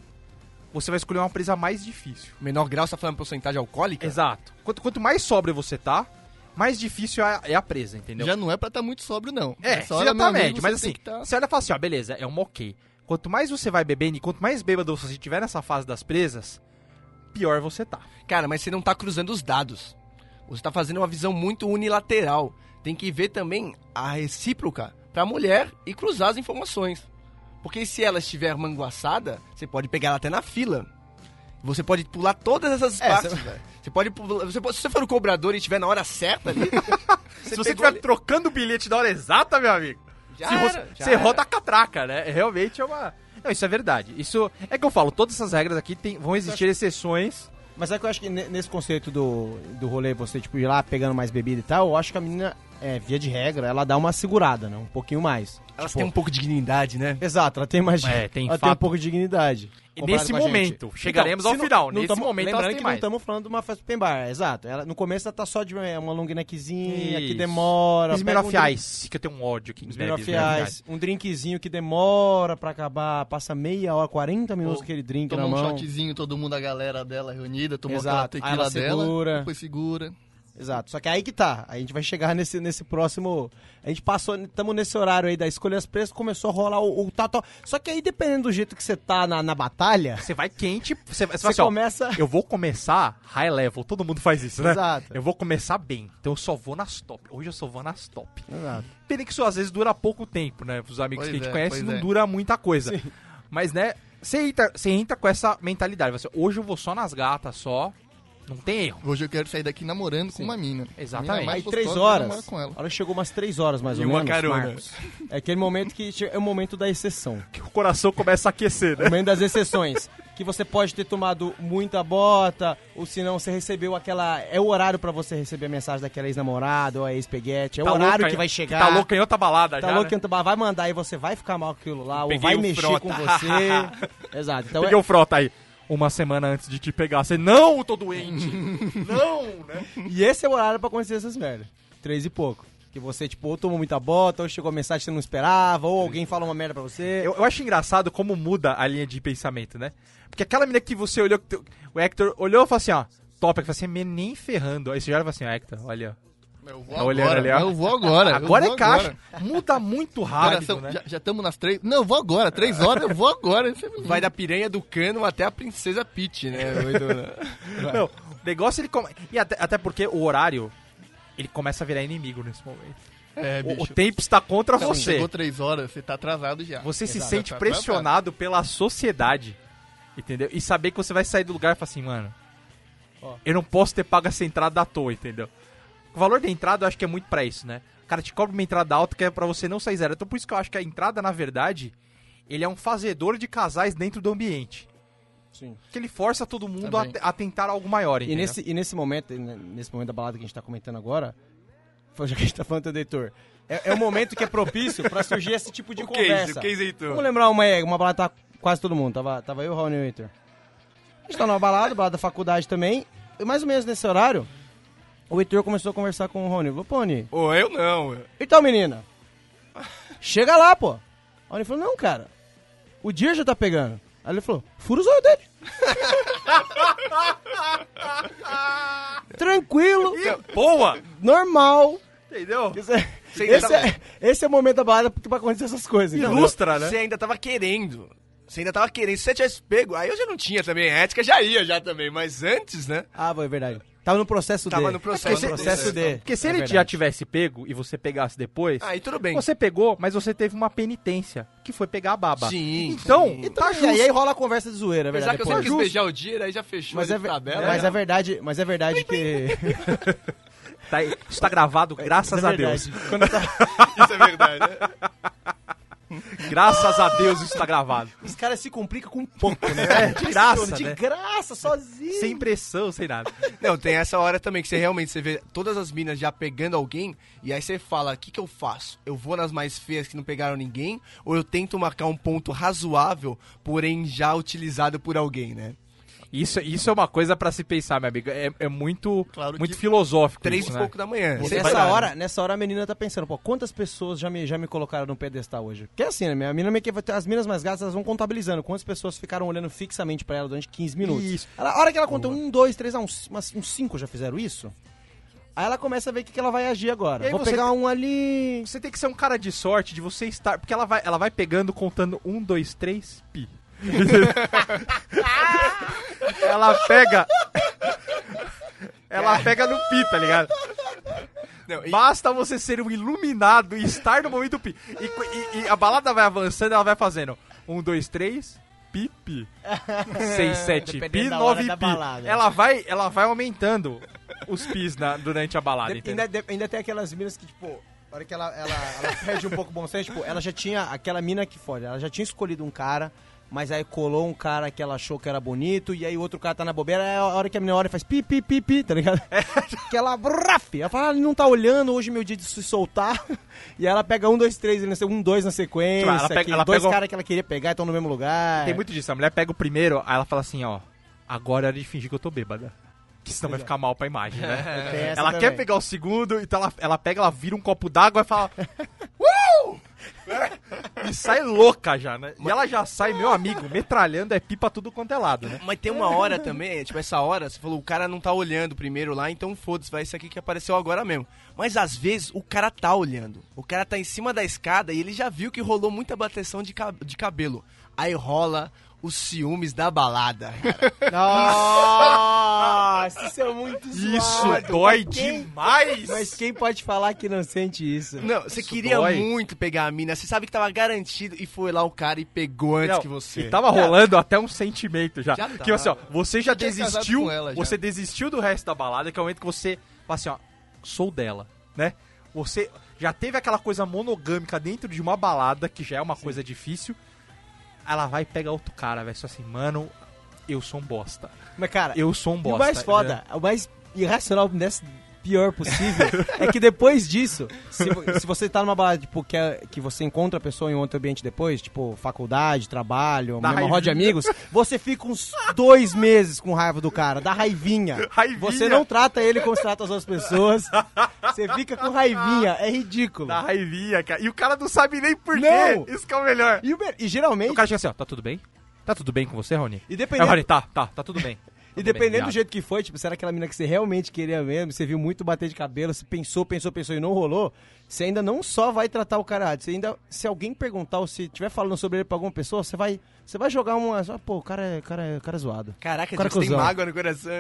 Speaker 2: você vai escolher uma presa mais difícil.
Speaker 4: Menor grau, você tá falando porcentagem alcoólica?
Speaker 2: Exato. Quanto, quanto mais sóbrio você tá, mais difícil é a, é a presa, entendeu?
Speaker 3: Já não é pra estar muito sóbrio, não.
Speaker 2: É,
Speaker 3: Essa hora, meu
Speaker 2: exatamente.
Speaker 3: amigo,
Speaker 2: Mas
Speaker 3: você tem
Speaker 2: assim,
Speaker 3: que tá-
Speaker 2: você olha e fala assim, ó, beleza, é uma ok. Quanto mais você vai bebendo e quanto mais bêbado você tiver nessa fase das presas, pior você tá.
Speaker 4: Cara, mas você não tá cruzando os dados. Você tá fazendo uma visão muito unilateral. Tem que ver também a recíproca pra mulher e cruzar as informações. Porque se ela estiver manguaçada, você pode pegar ela até na fila. Você pode pular todas essas
Speaker 1: É,
Speaker 4: partes,
Speaker 1: você-
Speaker 4: velho. Você pode pular. Você pode- se você for o cobrador e estiver na hora certa ali.
Speaker 2: Se você
Speaker 4: pegou
Speaker 2: estiver
Speaker 4: ali-
Speaker 2: trocando o bilhete na hora exata, meu amigo,
Speaker 4: Já
Speaker 2: se
Speaker 4: era,
Speaker 2: você,
Speaker 4: já
Speaker 2: você
Speaker 4: era.
Speaker 2: roda a catraca, né? Realmente é uma. Não, isso é verdade. Isso é que eu falo, todas essas regras aqui tem- vão existir exceções.
Speaker 1: Mas é que eu acho que ne- nesse conceito do, do rolê, você, tipo, ir lá pegando mais bebida e tal, eu acho que a menina, é, via de regra, ela dá uma segurada, né? Um pouquinho mais.
Speaker 4: Elas
Speaker 1: Tipo,
Speaker 4: têm um pouco de dignidade, né?
Speaker 1: Exato, ela tem mais...
Speaker 2: É, tem
Speaker 1: ela tem um
Speaker 2: fato.
Speaker 1: pouco de dignidade.
Speaker 2: E
Speaker 1: comparado
Speaker 2: nesse
Speaker 1: com a gente. Então,
Speaker 2: momento, chegaremos ao
Speaker 1: se não-
Speaker 2: final,
Speaker 1: não
Speaker 2: nesse
Speaker 1: tamo-
Speaker 2: momento
Speaker 1: lembrando
Speaker 2: elas têm
Speaker 1: que
Speaker 2: mais.
Speaker 1: não estamos falando de uma festa open bar, exato. Ela, no começo ela tá só de é, uma long neckzinha, que
Speaker 2: Isso.
Speaker 1: demora... pega um
Speaker 2: Smirnoff
Speaker 1: drink-
Speaker 2: Ice, que eu tenho um ódio aqui.
Speaker 1: Smirnoff Ice, um drinkzinho que demora pra acabar, passa meia hora, 40 minutos
Speaker 3: Ou
Speaker 1: aquele drink
Speaker 3: Toma
Speaker 1: na
Speaker 3: um
Speaker 1: mão.
Speaker 3: shotzinho, todo mundo, a galera dela reunida, tomou aquela
Speaker 1: Exato. Aí ela
Speaker 3: tequila dela,
Speaker 1: segura.
Speaker 3: depois segura.
Speaker 1: Exato. Só que aí que tá. A gente vai chegar nesse, nesse próximo. A gente passou. Estamos nesse horário aí da escolha as preços, começou a rolar o, o tal, tal. Só que aí, dependendo do jeito que você tá na, na batalha,
Speaker 2: Você vai quente, você, você, assim,
Speaker 1: você
Speaker 2: começa.
Speaker 1: começa.
Speaker 2: Eu vou começar high level, todo mundo faz isso, né?
Speaker 1: Exato.
Speaker 2: Eu vou começar bem, então eu só vou nas top. Hoje eu só vou nas top.
Speaker 1: Exato.
Speaker 2: Pena que isso às vezes dura pouco tempo, né? Os amigos
Speaker 3: Pois
Speaker 2: que a gente
Speaker 3: é,
Speaker 2: conhece
Speaker 3: pois
Speaker 2: não
Speaker 3: é.
Speaker 2: dura muita coisa. Mas, né, você entra, você entra com essa mentalidade. Você, hoje eu vou só nas gatas, só. Não tem erro.
Speaker 3: Hoje eu quero sair daqui namorando com uma mina.
Speaker 2: Exatamente.
Speaker 3: A mina
Speaker 1: Aí
Speaker 3: mais
Speaker 1: três
Speaker 3: gostosa, eu quero
Speaker 1: horas.
Speaker 3: namorar Com ela.
Speaker 1: A hora que chegou umas três horas mais
Speaker 4: E
Speaker 1: ou
Speaker 4: uma
Speaker 1: menos.
Speaker 4: carona.
Speaker 1: Marcos. É aquele momento que che- é o momento da exceção.
Speaker 2: Que o coração começa a aquecer,
Speaker 1: O momento das exceções. Que você pode ter tomado muita bota, ou se não, você recebeu aquela. É o horário pra você receber a mensagem daquela ex-namorada ou a ex-peguete. É o horário que vai chegar.
Speaker 2: Tá louco em outra balada
Speaker 1: Tá
Speaker 2: já,
Speaker 1: louco
Speaker 2: né?
Speaker 1: que o vai mandar e você vai ficar mal com aquilo lá, ou
Speaker 2: Peguei
Speaker 1: vai
Speaker 2: o
Speaker 1: mexer
Speaker 2: frota.
Speaker 1: com
Speaker 2: *laughs*
Speaker 1: você. Exato. Então é,
Speaker 2: Peguei o frota aí. Uma semana antes de te pegar. Você, não, tô doente. não, né?
Speaker 1: E esse é o horário pra acontecer essas merdas. Três e pouco. Que você, tipo, ou tomou muita bota, ou chegou a mensagem que você não esperava, ou alguém falou uma merda pra você.
Speaker 2: Eu, eu acho engraçado como muda a linha de pensamento, né? Porque aquela menina que você olhou, que tu- o Hector olhou e falou assim, ó, top, que assim, "Me nem ferrando. Aí você já olha e fala assim, ó, Hector, olha, ó.
Speaker 3: Eu vou
Speaker 2: Tá olhando ali, ó.
Speaker 3: Eu vou agora. eu
Speaker 2: Agora
Speaker 3: vou
Speaker 2: é caixa. Muda muito
Speaker 3: Agora
Speaker 2: rápido,
Speaker 3: são-
Speaker 2: né?
Speaker 3: *laughs* já- Já estamos nas três. Não, eu vou agora.
Speaker 1: É.
Speaker 3: Três horas, eu vou agora. é
Speaker 4: Vai da piranha do cano até a princesa Peach, né?
Speaker 2: Não, o negócio ele come... E até, até porque o horário, ele começa a virar inimigo nesse momento.
Speaker 3: É,
Speaker 2: O- o,
Speaker 3: bicho.
Speaker 2: tempo está contra
Speaker 3: Então,
Speaker 2: você.
Speaker 3: Chegou três horas, você tá atrasado já.
Speaker 2: Você se
Speaker 3: Exato.
Speaker 2: sente
Speaker 3: Tá atrasado.
Speaker 2: pressionado pela sociedade, entendeu? E saber que você vai sair do lugar e falar assim, mano, eu não posso ter pago essa entrada à toa, entendeu? O valor da entrada eu acho que é muito pra isso, né? O cara te cobra uma entrada alta que é pra você não sair zero. Então por isso que eu acho que a entrada, na verdade, ele é um fazedor de casais dentro do ambiente.
Speaker 1: Sim.
Speaker 2: Que ele força todo mundo a,
Speaker 3: Também.
Speaker 2: te- a tentar algo maior,
Speaker 1: E
Speaker 2: entendeu?
Speaker 1: nesse, e nesse momento, e ne- nesse momento da balada que a gente tá comentando agora, *laughs* foi já que a gente tá falando do Heitor, é, é um momento que é propício pra surgir esse tipo de conversa. Vamos lembrar uma, aí, uma balada que tá quase todo mundo. Tava, tava eu, Raul e o Heitor. A gente tá numa balada, balada da faculdade também. E mais ou menos nesse horário, o Heitor começou a conversar com o Rony. Falou, pô, Rony,
Speaker 4: Ou eu não.
Speaker 1: então, menina, chega lá, pô. Aí ele falou, não, cara, o dia já tá pegando. Aí ele falou, fura os olhos dele. Tranquilo,
Speaker 2: Boa!
Speaker 1: normal.
Speaker 2: Entendeu?
Speaker 1: Esse é, esse é- esse é o momento da balada porque pra acontecer essas coisas. entendeu?
Speaker 2: Ilustra, né?
Speaker 4: Você ainda tava querendo. Você ainda tava querendo. Se você tivesse pego, aí eu já não tinha também. A ética já ia já também. Mas antes, né?
Speaker 1: Ah, foi verdade. Tava no processo
Speaker 4: Tava
Speaker 1: D.
Speaker 4: no processo
Speaker 1: Tava no
Speaker 4: D.
Speaker 1: processo D.
Speaker 2: Porque se
Speaker 1: É
Speaker 2: ele
Speaker 1: verdade.
Speaker 2: já tivesse pego e você pegasse depois,
Speaker 4: Aí tudo bem.
Speaker 2: Você pegou, mas você teve uma penitência, que foi pegar a baba.
Speaker 4: Sim,
Speaker 2: Então,
Speaker 4: sim.
Speaker 1: Então,
Speaker 2: tá
Speaker 1: e
Speaker 2: justo.
Speaker 1: aí, aí rola a conversa de zoeira, é
Speaker 5: Apesar
Speaker 1: verdade.
Speaker 5: que eu
Speaker 1: depois.
Speaker 5: sempre quis beijar o dia, aí já fechou
Speaker 1: mas, é,
Speaker 5: ali
Speaker 1: ver-
Speaker 5: com a
Speaker 4: né?
Speaker 5: tabela.
Speaker 4: *laughs*
Speaker 1: mas é verdade, mas é verdade que *laughs*
Speaker 2: Tá, isso tá gravado, graças
Speaker 1: É
Speaker 2: a Deus.
Speaker 1: verdade. Quando eu tava-
Speaker 5: Isso é verdade. né?
Speaker 2: Graças a Deus isso tá gravado.
Speaker 1: Os caras se complicam com
Speaker 2: *laughs*
Speaker 1: pouco, né?
Speaker 2: É, de graça,
Speaker 1: De
Speaker 2: né?
Speaker 1: graça, sozinho.
Speaker 2: Sem pressão, sem nada.
Speaker 4: Não, tem essa hora também que você realmente você vê todas as minas já pegando alguém e aí você fala, o que que eu faço? Eu vou nas mais feias que não pegaram ninguém ou eu tento marcar um ponto razoável, porém já utilizado por alguém, né?
Speaker 2: Isso, isso é uma coisa pra se pensar, meu amigo. É, é muito,
Speaker 3: Claro
Speaker 2: muito
Speaker 3: que-
Speaker 2: filosófico.
Speaker 4: Três e
Speaker 2: isso, né?
Speaker 4: pouco da manhã.
Speaker 1: E
Speaker 4: Você
Speaker 1: nessa
Speaker 4: vai lá,
Speaker 1: hora, nessa hora a menina tá pensando, pô, quantas pessoas já me, já me colocaram no pedestal hoje? Porque é assim, né? minha- A menina meio que vai ter- as minas mais gatas, elas vão contabilizando quantas pessoas ficaram olhando fixamente pra ela durante 15 minutos.
Speaker 2: Isso.
Speaker 1: Ela- a hora que ela conta um, dois, três, ah, uns, umas- uns cinco já fizeram isso. Aí ela começa a ver o que, que ela vai agir
Speaker 2: E
Speaker 1: agora.
Speaker 2: aí
Speaker 1: Vou
Speaker 2: você
Speaker 1: pegar um ali.
Speaker 2: Você tem que ser um cara de sorte de você estar. Porque ela vai, ela vai pegando, contando um, dois, três, pi. ela pega. Ela pega no pi, tá ligado?
Speaker 4: Não, e-
Speaker 2: Basta você ser um iluminado e estar no momento pi. E, co- e- e a balada vai avançando, ela vai fazendo um, dois, três, pi,
Speaker 1: *laughs*
Speaker 2: pi. Seis, sete, pi,
Speaker 1: Dependendo da hora
Speaker 2: nove,
Speaker 1: da
Speaker 2: pi.
Speaker 1: balada.
Speaker 2: Ela vai, ela vai aumentando os pis na- durante a balada,
Speaker 1: De-
Speaker 2: entendeu?
Speaker 1: ainda, de- ainda tem aquelas minas que, tipo, na hora que ela, ela, ela perde um pouco o bom senso, tipo, ela já tinha, aquela mina que fode, ela já tinha escolhido um cara, mas aí colou um cara que ela achou que era bonito, e aí o outro cara tá na bobeira, é a hora que a menina olha e faz pi, pi, pi, pi, tá ligado?
Speaker 2: É.
Speaker 1: *laughs* Que ela, braf, ela fala, ah, ele não tá olhando, hoje é meu dia de se soltar, *laughs* e aí ela pega um, dois, três, ele nasceu um, dois na sequência,
Speaker 2: Tipo, Ela pega-
Speaker 1: que
Speaker 2: ela
Speaker 1: dois
Speaker 2: pega o-
Speaker 1: caras que ela queria pegar estão no mesmo lugar.
Speaker 2: Tem muito disso. A mulher pega o primeiro, aí ela fala assim, ó. Agora é hora de fingir que eu tô bêbada. Que senão vai ficar mal pra imagem,
Speaker 1: *laughs*
Speaker 2: né?
Speaker 1: Tem essa
Speaker 2: Ela quer
Speaker 1: também.
Speaker 2: pegar o segundo, então ela, ela pega, ela vira um copo d'água e
Speaker 1: *laughs*
Speaker 2: fala. "Uh!" e sai louca já, né? E ela já sai,
Speaker 1: *laughs*
Speaker 2: meu amigo, metralhando é pipa tudo quanto é lado, né?
Speaker 4: Mas tem uma hora também, é, tipo, essa hora, você falou, o cara não tá olhando primeiro lá, então foda-se, vai isso aqui que apareceu agora mesmo. Mas às vezes o cara tá olhando. O cara tá em cima da escada e ele já viu que rolou muita bateção de, ca- de cabelo. Aí rola os ciúmes da balada.
Speaker 2: *laughs*
Speaker 1: Nossa, isso é muito
Speaker 2: Isso
Speaker 1: zoado.
Speaker 2: dói
Speaker 1: Quem-
Speaker 2: demais!
Speaker 1: Mas quem pode falar que não sente isso?
Speaker 4: Não, você
Speaker 2: Isso
Speaker 4: queria
Speaker 2: dói.
Speaker 4: muito pegar a mina, você sabe que tava garantido e foi lá o cara e pegou antes
Speaker 2: Não,
Speaker 4: que você.
Speaker 2: E tava rolando até um sentimento já.
Speaker 4: Já
Speaker 2: que assim, ó, você já
Speaker 3: tinha casado
Speaker 2: desistiu.
Speaker 3: com ela, já.
Speaker 2: Você desistiu do resto da balada, que é o momento que você fala assim, ó, sou dela, né? Você já teve aquela coisa monogâmica dentro de uma balada, que já é uma coisa difícil. Ela vai pegar outro cara, velho. Só assim, mano, eu sou um bosta.
Speaker 1: Mas, cara,
Speaker 2: Eu sou um
Speaker 1: E
Speaker 2: bosta.
Speaker 1: o mais
Speaker 2: né?
Speaker 1: foda, o mais irracional dessa pior possível é que depois disso, se, vo- se você tá numa balada, tipo, que, é- que você encontra a pessoa em outro ambiente depois, tipo, faculdade, trabalho,
Speaker 2: Dá
Speaker 1: uma roda de
Speaker 2: raivinha.
Speaker 1: amigos, você fica uns dois meses com raiva do cara, da raivinha.
Speaker 2: Raivinha.
Speaker 1: Você não trata ele como se trata as outras pessoas. Você fica com raivinha, é ridículo.
Speaker 2: Da raivinha, cara. E o cara não sabe nem por
Speaker 1: Não!
Speaker 2: quê. Isso que é o melhor.
Speaker 1: E, o me- e
Speaker 2: E o
Speaker 1: geralmente,
Speaker 2: cara chega assim, ó, tá tudo bem? Tá tudo bem com você, Rony?
Speaker 1: e
Speaker 2: É,
Speaker 1: dependendo,
Speaker 2: Rony, tá, tá, tá tudo bem.
Speaker 1: E
Speaker 2: Tudo
Speaker 1: dependendo
Speaker 2: bem,
Speaker 1: do
Speaker 2: obrigado.
Speaker 1: jeito que foi, tipo, se era aquela mina que você realmente queria mesmo, você viu muito bater de cabelo, você pensou, pensou, pensou e não rolou, você ainda não só vai tratar o cara errado, você ainda, se alguém perguntar ou se tiver falando sobre ele pra alguma pessoa, você vai, você vai jogar uma, ah, pô, o cara, é- o cara, é- o cara é zoado.
Speaker 4: Caraca,
Speaker 1: Cara
Speaker 4: Diego, você tem
Speaker 1: cuzão.
Speaker 4: mágoa no coração.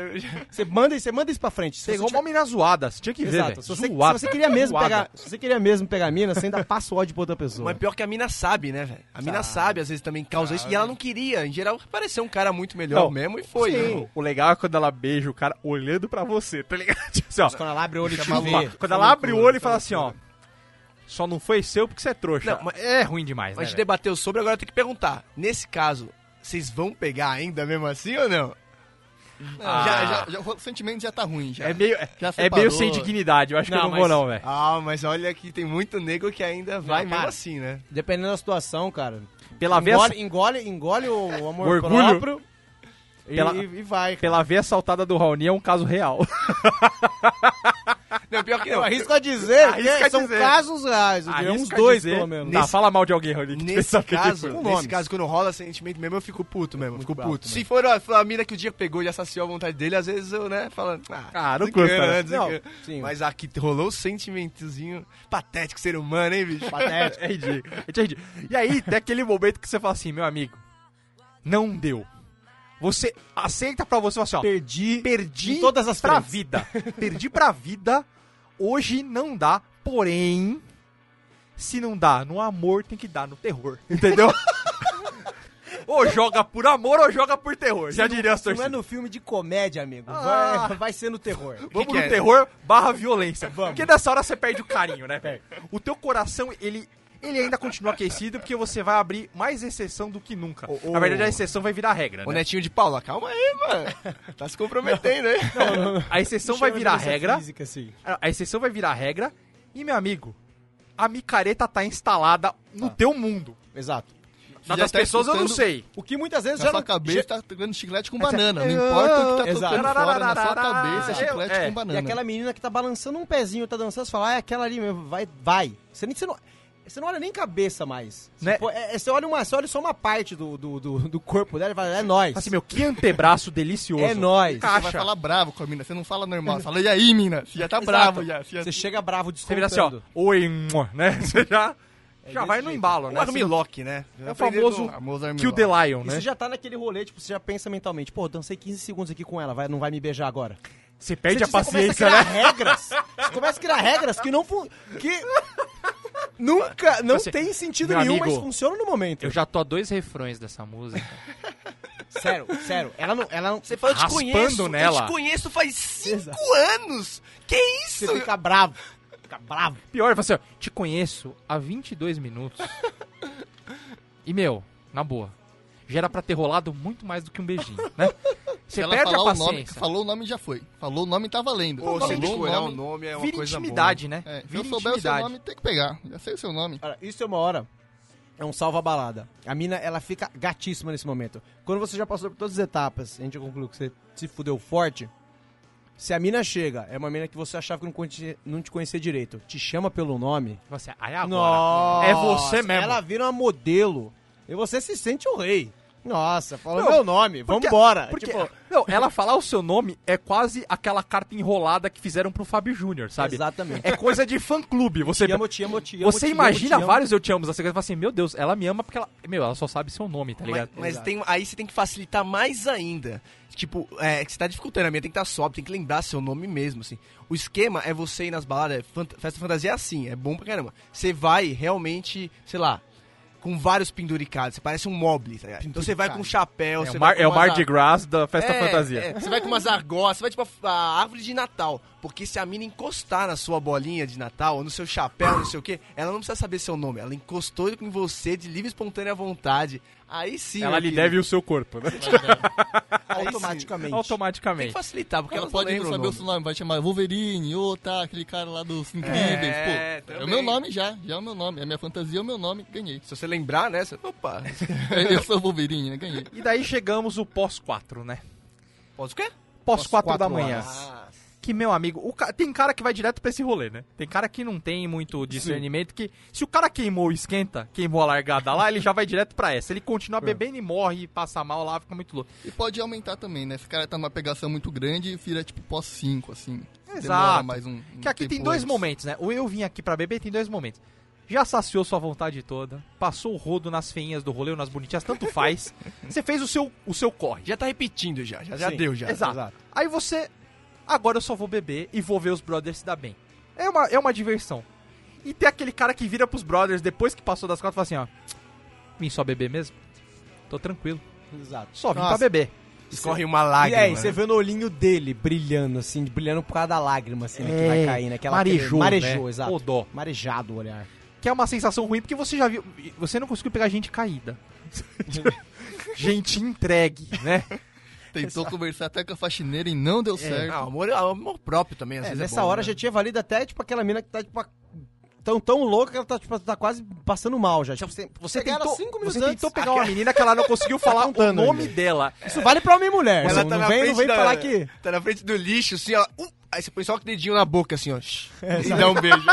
Speaker 1: Você manda, isso- você manda isso pra frente. Se
Speaker 2: Pegou
Speaker 1: você
Speaker 2: uma mina zoada, você tinha que
Speaker 1: tiver-
Speaker 2: ver, velho.
Speaker 1: Exato. Se você, se
Speaker 2: Zoada.
Speaker 1: você queria mesmo
Speaker 2: Zoada.
Speaker 1: pegar, se você queria mesmo pegar a mina, você ainda passa o ódio pra outra pessoa.
Speaker 4: Mas pior que a mina sabe, né, velho? A mina sabe, às vezes também causa isso. E ela não queria. Em geral, pareceu um cara muito melhor
Speaker 2: Não,
Speaker 4: mesmo e foi. né?
Speaker 2: O legal é quando ela beija o cara olhando pra você, tá ligado? *laughs* Tipo assim, ó.
Speaker 1: Quando ela abre o olho e te
Speaker 2: Quando ela-
Speaker 1: vê.
Speaker 2: Quando ela abre o olho e fala assim, ó. Só não foi seu porque você é trouxa.
Speaker 4: Não, mas-
Speaker 2: É ruim demais,
Speaker 4: Mas a
Speaker 2: né?
Speaker 4: gente
Speaker 2: velho?
Speaker 4: debateu sobre, agora tem que perguntar. Nesse caso, vocês vão pegar ainda mesmo assim ou não?
Speaker 3: Não,
Speaker 2: Ah.
Speaker 3: É, já, já, já- o sentimento já tá ruim, já.
Speaker 2: É meio, é,
Speaker 3: Já
Speaker 2: é
Speaker 3: separou.
Speaker 2: meio sem dignidade, eu acho que eu não
Speaker 4: mas-
Speaker 2: vou não, velho.
Speaker 4: Ah, mas olha que tem muito nego que ainda vai mesmo
Speaker 1: para.
Speaker 4: assim, né?
Speaker 1: Dependendo da situação, cara.
Speaker 2: Pela vez,
Speaker 1: engole, engole, engole o amor
Speaker 2: O orgulho.
Speaker 1: próprio e,
Speaker 2: Pela-
Speaker 1: e- e vai, cara.
Speaker 2: pela vez assaltada do Raoni é um caso real.
Speaker 4: Não, pior que
Speaker 1: Eu
Speaker 4: não.
Speaker 1: *laughs* arrisco a dizer que
Speaker 2: Arrisco a
Speaker 1: são
Speaker 2: dizer.
Speaker 1: casos reais. Eu diria
Speaker 2: Arrisco
Speaker 1: Ah, é uns
Speaker 2: a
Speaker 1: dois,
Speaker 2: dizer-
Speaker 1: pelo menos.
Speaker 2: Tá, fala mal de alguém, Raoni. que
Speaker 4: Nesse
Speaker 2: pensa que
Speaker 4: caso,
Speaker 2: foi. um
Speaker 1: Com
Speaker 4: nesse
Speaker 1: nomes.
Speaker 4: caso, quando rola sentimento mesmo, eu fico puto mesmo. Eu fico
Speaker 1: bravo
Speaker 4: puto. Se for a, for a mina que o dia pegou e assassinou a vontade dele, às vezes eu, né, falo. Ah,
Speaker 2: Ah, não
Speaker 4: desencana,
Speaker 2: custa, né?
Speaker 4: né, desencana.
Speaker 1: Não, sim.
Speaker 4: Mas aqui rolou o sentimentozinho patético, ser humano, hein, bicho?
Speaker 2: É ridículo. é ridículo. E aí, tem aquele momento que você fala assim, meu amigo, não deu. Você aceita pra você
Speaker 1: é
Speaker 2: e fala assim, ó,
Speaker 1: Perdi.
Speaker 2: perdi
Speaker 1: Em todas as
Speaker 2: pra
Speaker 1: frentes.
Speaker 2: vida. Perdi pra vida. Hoje não dá, porém, se não dá no amor, tem que dar no terror.
Speaker 1: *laughs*
Speaker 2: Entendeu? ou joga por amor ou joga por terror. Já diria as
Speaker 1: Isso não é
Speaker 2: torcidas.
Speaker 1: no filme de comédia, amigo.
Speaker 2: Ah.
Speaker 1: Vai, vai ser no terror.
Speaker 2: Vamos
Speaker 4: que
Speaker 2: no
Speaker 4: é?
Speaker 2: terror barra violência. Porque nessa hora você perde o carinho, né, velho? O teu coração, ele, ele ainda continua aquecido porque você vai abrir mais exceção do que nunca.
Speaker 4: Ô, ô.
Speaker 2: Na verdade, a exceção vai virar regra,
Speaker 4: Ô,
Speaker 2: né?
Speaker 4: netinho de Paula, calma aí, *laughs* mano. Tá se comprometendo, hein?
Speaker 2: A exceção vai
Speaker 1: Chama de
Speaker 2: virar
Speaker 1: violência
Speaker 2: regra.
Speaker 1: Física, assim.
Speaker 2: A exceção vai virar regra. E, meu amigo, a micareta tá instalada no teu mundo.
Speaker 1: Exato.
Speaker 2: Na
Speaker 3: já
Speaker 2: das
Speaker 3: tá
Speaker 2: pessoas eu não
Speaker 3: escutando-
Speaker 2: sei.
Speaker 1: O que muitas vezes
Speaker 3: Na
Speaker 1: já
Speaker 3: sua
Speaker 1: não...
Speaker 3: cabeça
Speaker 1: já-
Speaker 3: tá tocando chiclete com
Speaker 1: Essa-
Speaker 3: banana. Não importa o que tá
Speaker 1: Exato.
Speaker 3: tocando fora, na sua cabeça é chiclete
Speaker 2: É,
Speaker 3: com
Speaker 1: E
Speaker 3: banana.
Speaker 1: aquela menina que tá balançando um pezinho, tá dançando, você fala, ah, é aquela ali mesmo, vai, vai. Você, nem, você, não, você não olha nem cabeça mais. Você,
Speaker 2: Né?
Speaker 1: pô- é- é- você olha uma, você olha só uma parte do, do, do, do corpo dela e fala, é nóis.
Speaker 2: Assim, meu, que antebraço delicioso.
Speaker 1: é nóis.
Speaker 3: Você
Speaker 2: Caixa.
Speaker 3: vai falar bravo com a mina, você não fala normal. Você fala, e aí, mina? Você já tá bravo já. Você já
Speaker 1: Você chega bravo
Speaker 2: Você
Speaker 1: descontando.
Speaker 2: vira assim, ó. Oi, mua, né? *laughs* Você já, já
Speaker 1: desse
Speaker 2: vai no
Speaker 1: jeito.
Speaker 2: embalo,
Speaker 4: O
Speaker 2: né? Você
Speaker 4: Armilock, né?
Speaker 2: É o famoso
Speaker 3: Famoso Armin
Speaker 2: Kill the
Speaker 3: Lopes.
Speaker 2: Lion,
Speaker 1: E
Speaker 2: né?
Speaker 1: você já tá naquele rolê, tipo, você já pensa mentalmente, pô, dancei 15 segundos aqui com ela, vai, não vai me beijar agora.
Speaker 2: Você perde a
Speaker 1: você começa
Speaker 2: paciência,
Speaker 1: a criar
Speaker 2: né?
Speaker 1: regras. Você começa a criar regras que não fun- que nunca não
Speaker 2: Assim,
Speaker 1: tem sentido
Speaker 2: meu
Speaker 1: nenhum,
Speaker 2: amigo,
Speaker 1: mas funciona no momento.
Speaker 2: já tô a dois refrões dessa música.
Speaker 1: Sério, sério. Ela não, ela não,
Speaker 4: Você fala, eu te
Speaker 2: Raspando
Speaker 4: conheço, eu
Speaker 2: nela.
Speaker 4: te conheço faz cinco
Speaker 1: Exato.
Speaker 4: anos. Que isso?
Speaker 1: você fica bravo. Fica bravo.
Speaker 2: *laughs* Pior, você, ó, te conheço há 22 minutos. E, meu, na boa, já era pra ter rolado muito mais do que um beijinho, né?
Speaker 3: Se
Speaker 2: Você
Speaker 3: ela
Speaker 2: perde a
Speaker 3: falar o nome,
Speaker 2: paciência.
Speaker 3: falou o nome já foi. Falou o nome tá valendo.
Speaker 4: Ou
Speaker 3: falou
Speaker 4: se escolher o
Speaker 3: nome.
Speaker 4: nome é uma
Speaker 2: Vira
Speaker 4: coisa
Speaker 2: intimidade, né?
Speaker 3: É, se
Speaker 2: Vira
Speaker 3: eu souber o seu
Speaker 2: intimidade.
Speaker 3: nome, tem que pegar. Já sei o seu nome.
Speaker 1: Olha, isso é uma hora. É um salva-balada. A mina, ela fica gatíssima nesse momento. Quando você já passou por todas as etapas, a gente concluiu que você se fudeu forte. Se a mina chega, é uma mina que você achava que não, conhecia- não te conhecia direito, te chama pelo nome.
Speaker 2: Você, aí assim, agora.
Speaker 1: Nossa,
Speaker 2: é você mesmo.
Speaker 1: Ela vira uma modelo e você se sente o rei. Nossa, falou
Speaker 2: Não,
Speaker 1: meu nome, vambora.
Speaker 2: Porque,
Speaker 1: Tipo,
Speaker 2: não, ela falar o seu nome é quase aquela carta enrolada que fizeram pro Fábio Júnior, sabe?
Speaker 1: Exatamente.
Speaker 2: É coisa de fã-clube. Você,
Speaker 1: te amo, te amo, te amo. te
Speaker 2: você
Speaker 1: amo,
Speaker 2: imagina
Speaker 1: te amo.
Speaker 2: vários eu te amo, você fala assim, meu Deus, ela me ama porque ela, meu, ela só sabe seu nome, tá
Speaker 4: Mas,
Speaker 2: ligado?
Speaker 4: né? mas tem, aí você tem que facilitar mais ainda. Tipo, é, que você tá dificultando, a minha tem que estar sob, tem que lembrar seu nome mesmo, assim. O esquema é você ir nas baladas, é fant- festa fantasia é assim, é bom pra caramba. Você vai realmente, sei lá, com vários penduricados, você parece um mobile, tá ligado? Então você vai com um chapéu,
Speaker 2: É
Speaker 4: você
Speaker 2: o, Mar,
Speaker 4: vai com
Speaker 2: é o
Speaker 4: umas
Speaker 2: Mardi
Speaker 4: ar-
Speaker 2: Gras da festa
Speaker 4: é,
Speaker 2: fantasia.
Speaker 4: é, você vai com umas argolas, você vai tipo a, a árvore de Natal. Porque se a mina encostar na sua bolinha de Natal, ou no seu chapéu, não sei o quê, ela não precisa saber seu nome. Ela encostou em você de livre e espontânea vontade. Aí sim.
Speaker 2: Ela
Speaker 4: meu
Speaker 2: lhe
Speaker 4: querido.
Speaker 2: deve o seu corpo, né?
Speaker 1: automaticamente.
Speaker 4: Tem que
Speaker 2: automaticamente.
Speaker 4: facilitar, porque
Speaker 3: Ela
Speaker 4: elas não
Speaker 3: pode não
Speaker 4: lembram o
Speaker 3: saber o
Speaker 4: nome.
Speaker 3: seu nome, vai chamar Wolverine, ou tá, aquele cara lá dos incríveis,
Speaker 4: É,
Speaker 3: pô. É o
Speaker 4: também.
Speaker 3: meu nome já, já é o meu nome. É minha fantasia, é o meu nome, ganhei. *laughs*
Speaker 4: Se você lembrar, né? Você... Opa.
Speaker 3: Eu sou Wolverine, né? Ganhei.
Speaker 2: E daí chegamos o pós 4, né?
Speaker 4: Pode o quê?
Speaker 2: Pós
Speaker 1: Pós
Speaker 2: 4
Speaker 1: quatro
Speaker 2: da manhã.
Speaker 1: horas.
Speaker 3: Ah,
Speaker 2: Que, meu amigo, o ca- tem cara que vai direto pra esse rolê, né? Tem cara que não tem muito discernimento, que se o cara queimou o esquenta, queimou a largada lá, ele já vai direto pra essa. Ele continua bebendo e morre, passa mal lá, fica muito louco.
Speaker 3: E pode aumentar também, né? Se o cara tá numa pegação muito grande, vira tipo pós 5, assim. Demora
Speaker 2: Exato.
Speaker 3: mais um. um
Speaker 2: Que aqui tem
Speaker 3: tempo
Speaker 2: dois
Speaker 3: antes.
Speaker 2: momentos, né? O eu vim aqui pra beber tem dois momentos. Já saciou sua vontade toda, passou o rodo nas feinhas do rolê ou nas bonitinhas, tanto faz. Você fez o seu, o seu corre.
Speaker 4: Já tá repetindo já, já, já
Speaker 1: Sim.
Speaker 4: deu já.
Speaker 2: Exato. Aí você. Agora eu só vou beber e vou ver os brothers se dar bem. É uma, é uma diversão. E tem aquele cara que vira pros brothers depois que passou das quatro e fala assim: ó. Vim só beber mesmo? Tô tranquilo.
Speaker 1: Exato.
Speaker 2: Só vim
Speaker 1: Nossa.
Speaker 2: pra beber.
Speaker 4: Escorre uma
Speaker 2: Ah,
Speaker 1: E
Speaker 4: lágrima.
Speaker 1: aí, você vê no olhinho dele brilhando, assim, brilhando por causa da lágrima, assim, né, que
Speaker 2: É,
Speaker 1: vai caindo. Aquela,
Speaker 2: marejou,
Speaker 1: Marejou,
Speaker 2: né?
Speaker 1: É, exato.
Speaker 2: Ô, dó.
Speaker 1: Marejado o olhar.
Speaker 2: Que é uma sensação ruim porque você já viu. Você não conseguiu pegar gente caída. gente entregue, né?
Speaker 3: Tentou conversar até com a faxineira e não deu certo.
Speaker 4: Ah, amor, amor próprio também, às
Speaker 1: É,
Speaker 4: vezes.
Speaker 1: nessa
Speaker 4: é bom,
Speaker 1: hora
Speaker 4: né?
Speaker 1: já tinha valido até, tipo, aquela mina que tá, tipo, tão, tão louca que ela tá, tipo, tá quase passando mal já. Tipo, você, você pega ela cinco minutos
Speaker 2: você
Speaker 1: antes. Tá
Speaker 2: tentou pegar uma menina que ela não
Speaker 1: *laughs*
Speaker 2: conseguiu falar o
Speaker 1: contando
Speaker 2: nome
Speaker 1: ainda.
Speaker 2: dela.
Speaker 1: Isso vale pra homem e mulher.
Speaker 4: Ela
Speaker 1: não,
Speaker 4: tá
Speaker 1: não
Speaker 4: na
Speaker 1: vem,
Speaker 4: frente
Speaker 1: não vem
Speaker 4: da-
Speaker 1: falar que...
Speaker 4: Tá na frente do lixo, assim, ó. Uh, aí você põe só o dedinho na boca, assim, ó. shh, e dá um *laughs* beijo.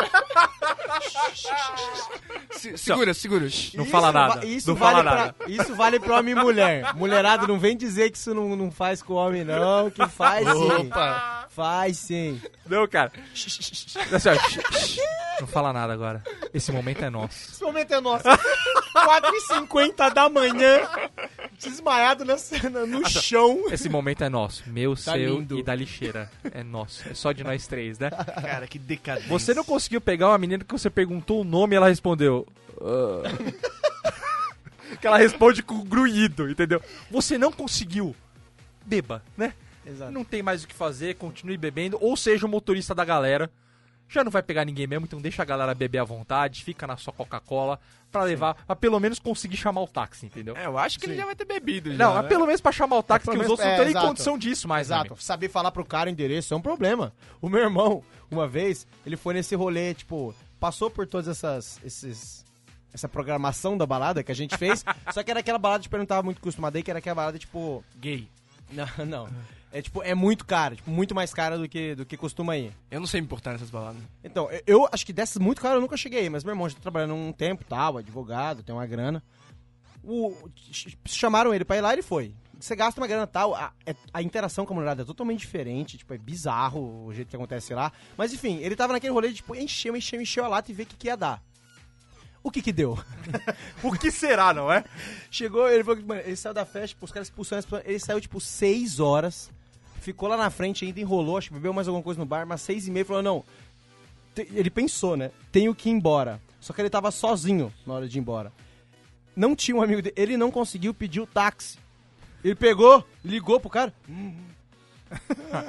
Speaker 4: Se- segura, segura. shh.
Speaker 2: Não fala
Speaker 1: Isso va-
Speaker 2: nada.
Speaker 1: Isso
Speaker 2: não
Speaker 1: vale
Speaker 2: fala
Speaker 1: pra,
Speaker 2: nada.
Speaker 1: Isso vale pra homem e mulher. Mulherada, não vem dizer que isso não, não faz com o homem, não. Que faz sim.
Speaker 3: Opa!
Speaker 1: Faz sim.
Speaker 2: Não, cara. Assim,
Speaker 1: *laughs*
Speaker 2: ó, não fala nada agora. Esse momento é nosso.
Speaker 1: Esse momento é nosso. 4h50 da manhã, desmaiado na cena, no chão.
Speaker 2: Esse momento é nosso. Meu,
Speaker 1: Tá
Speaker 2: seu
Speaker 1: lindo.
Speaker 2: e da lixeira. É nosso. É só de nós
Speaker 1: *laughs*
Speaker 2: três, né?
Speaker 4: Cara, que decadência.
Speaker 2: Você não conseguiu pegar uma menina que você perguntou o nome e ela respondeu. "Ah." *laughs* que ela responde com grunhido, entendeu? Você não conseguiu. Beba, né?
Speaker 1: Exato.
Speaker 2: Não tem mais o que fazer, continue bebendo. Ou seja, o motorista da galera. Já não vai pegar ninguém mesmo, então deixa a galera beber à vontade, fica na sua Coca-Cola pra levar, pra pelo menos conseguir chamar o táxi, entendeu?
Speaker 4: É, eu acho que ele já vai ter bebido. já,
Speaker 2: Não, é
Speaker 4: né?
Speaker 2: pelo menos pra chamar o táxi,
Speaker 1: É, pelo
Speaker 2: que os
Speaker 1: menos-
Speaker 2: outros não
Speaker 1: é,
Speaker 2: têm nem
Speaker 1: exato.
Speaker 2: condição disso mais, né,
Speaker 1: Exato. Saber falar pro cara o endereço é um problema. O meu irmão, uma vez, ele foi nesse rolê, tipo, passou por todas essas. Esses, essa programação da balada que a gente fez. só que era aquela balada, tipo, eu não tava muito acostumado aí, que era aquela balada, tipo. *laughs*
Speaker 4: Gay.
Speaker 1: Não, não. É tipo, é muito cara, tipo, muito mais cara do que, do que costuma ir.
Speaker 4: Eu não sei me importar nessas baladas.
Speaker 1: Então, eu- eu acho que dessas muito cara eu nunca cheguei, mas meu irmão já tá trabalhando um tempo, tal, advogado, tem uma grana. O, ch- chamaram ele pra ir lá ele foi. Você gasta uma grana tal, a, é- a interação com a mulherada é totalmente diferente, tipo, é bizarro o jeito que acontece lá. Mas enfim, ele tava naquele rolê de, tipo, encheu, encheu, encheu a lata e vê o que, que ia dar. O que que deu?
Speaker 2: *laughs* O que será, não é?
Speaker 1: Chegou, ele falou que, mano, ele saiu da festa, tipo, os caras expulsando, expulsando. ele saiu, tipo, 6 horas, ficou lá na frente ainda, enrolou, acho que bebeu mais alguma coisa no bar, mas seis e meia, falou, não, te- ele pensou, né, tenho que ir embora. Só que ele tava sozinho na hora de ir embora. Não tinha um amigo dele, ele não conseguiu pedir o táxi. Ele pegou, ligou pro cara. *laughs*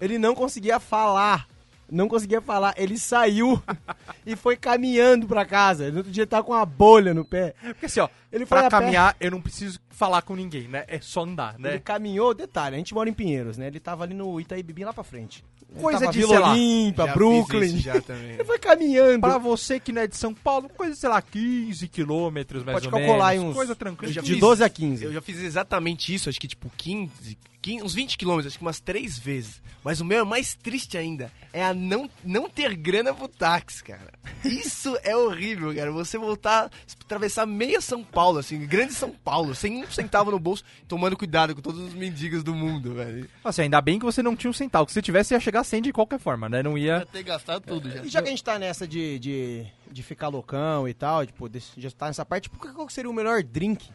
Speaker 1: ele não conseguia falar. Não conseguia falar. Ele saiu *laughs* e foi caminhando pra casa. No outro dia ele tava com uma bolha no pé.
Speaker 2: Porque assim, ó,
Speaker 1: Ele foi
Speaker 2: pra
Speaker 1: a pé.
Speaker 2: caminhar eu não preciso falar com ninguém, né? É só andar,
Speaker 1: Ele
Speaker 2: né?
Speaker 1: caminhou, detalhe, a gente mora em Pinheiros, né? Ele tava ali no Itaí Bibi lá pra frente. Ele
Speaker 2: Coisa
Speaker 1: tava
Speaker 2: de,
Speaker 1: Vila
Speaker 2: sei lá,
Speaker 1: Olímpia,
Speaker 4: Já fiz
Speaker 1: Brooklyn.
Speaker 4: isso já também.
Speaker 1: *laughs* Ele foi caminhando.
Speaker 2: Pra você que não é de São Paulo, coisa, sei lá, 15 quilômetros mais
Speaker 1: Pode
Speaker 2: ou
Speaker 1: calcular
Speaker 2: menos.
Speaker 1: aí uns-
Speaker 2: Coisa tranquila.
Speaker 4: Eu já
Speaker 1: de
Speaker 4: fiz.
Speaker 1: 12 a 15.
Speaker 4: Eu já fiz exatamente isso, acho que tipo 15, 15 uns 20 quilômetros, acho que umas três vezes. Mas o meu é mais triste ainda. É a não, não ter grana pro táxi, cara. Isso é horrível, cara. Você voltar, atravessar meia São Paulo, assim, grande São Paulo, sem um centavo no bolso, tomando cuidado com todos os mendigos do mundo, velho.
Speaker 2: Assim, ainda bem que você não tinha um centavo, que se tivesse ia chegar 100 de qualquer forma, né? Não
Speaker 3: Já
Speaker 1: É,
Speaker 2: ia...
Speaker 3: ter gastado tudo já.
Speaker 1: E já que a gente tá nessa de, de, de ficar loucão e tal, tipo, de, já tá nessa parte, tipo, qual que seria o melhor drink?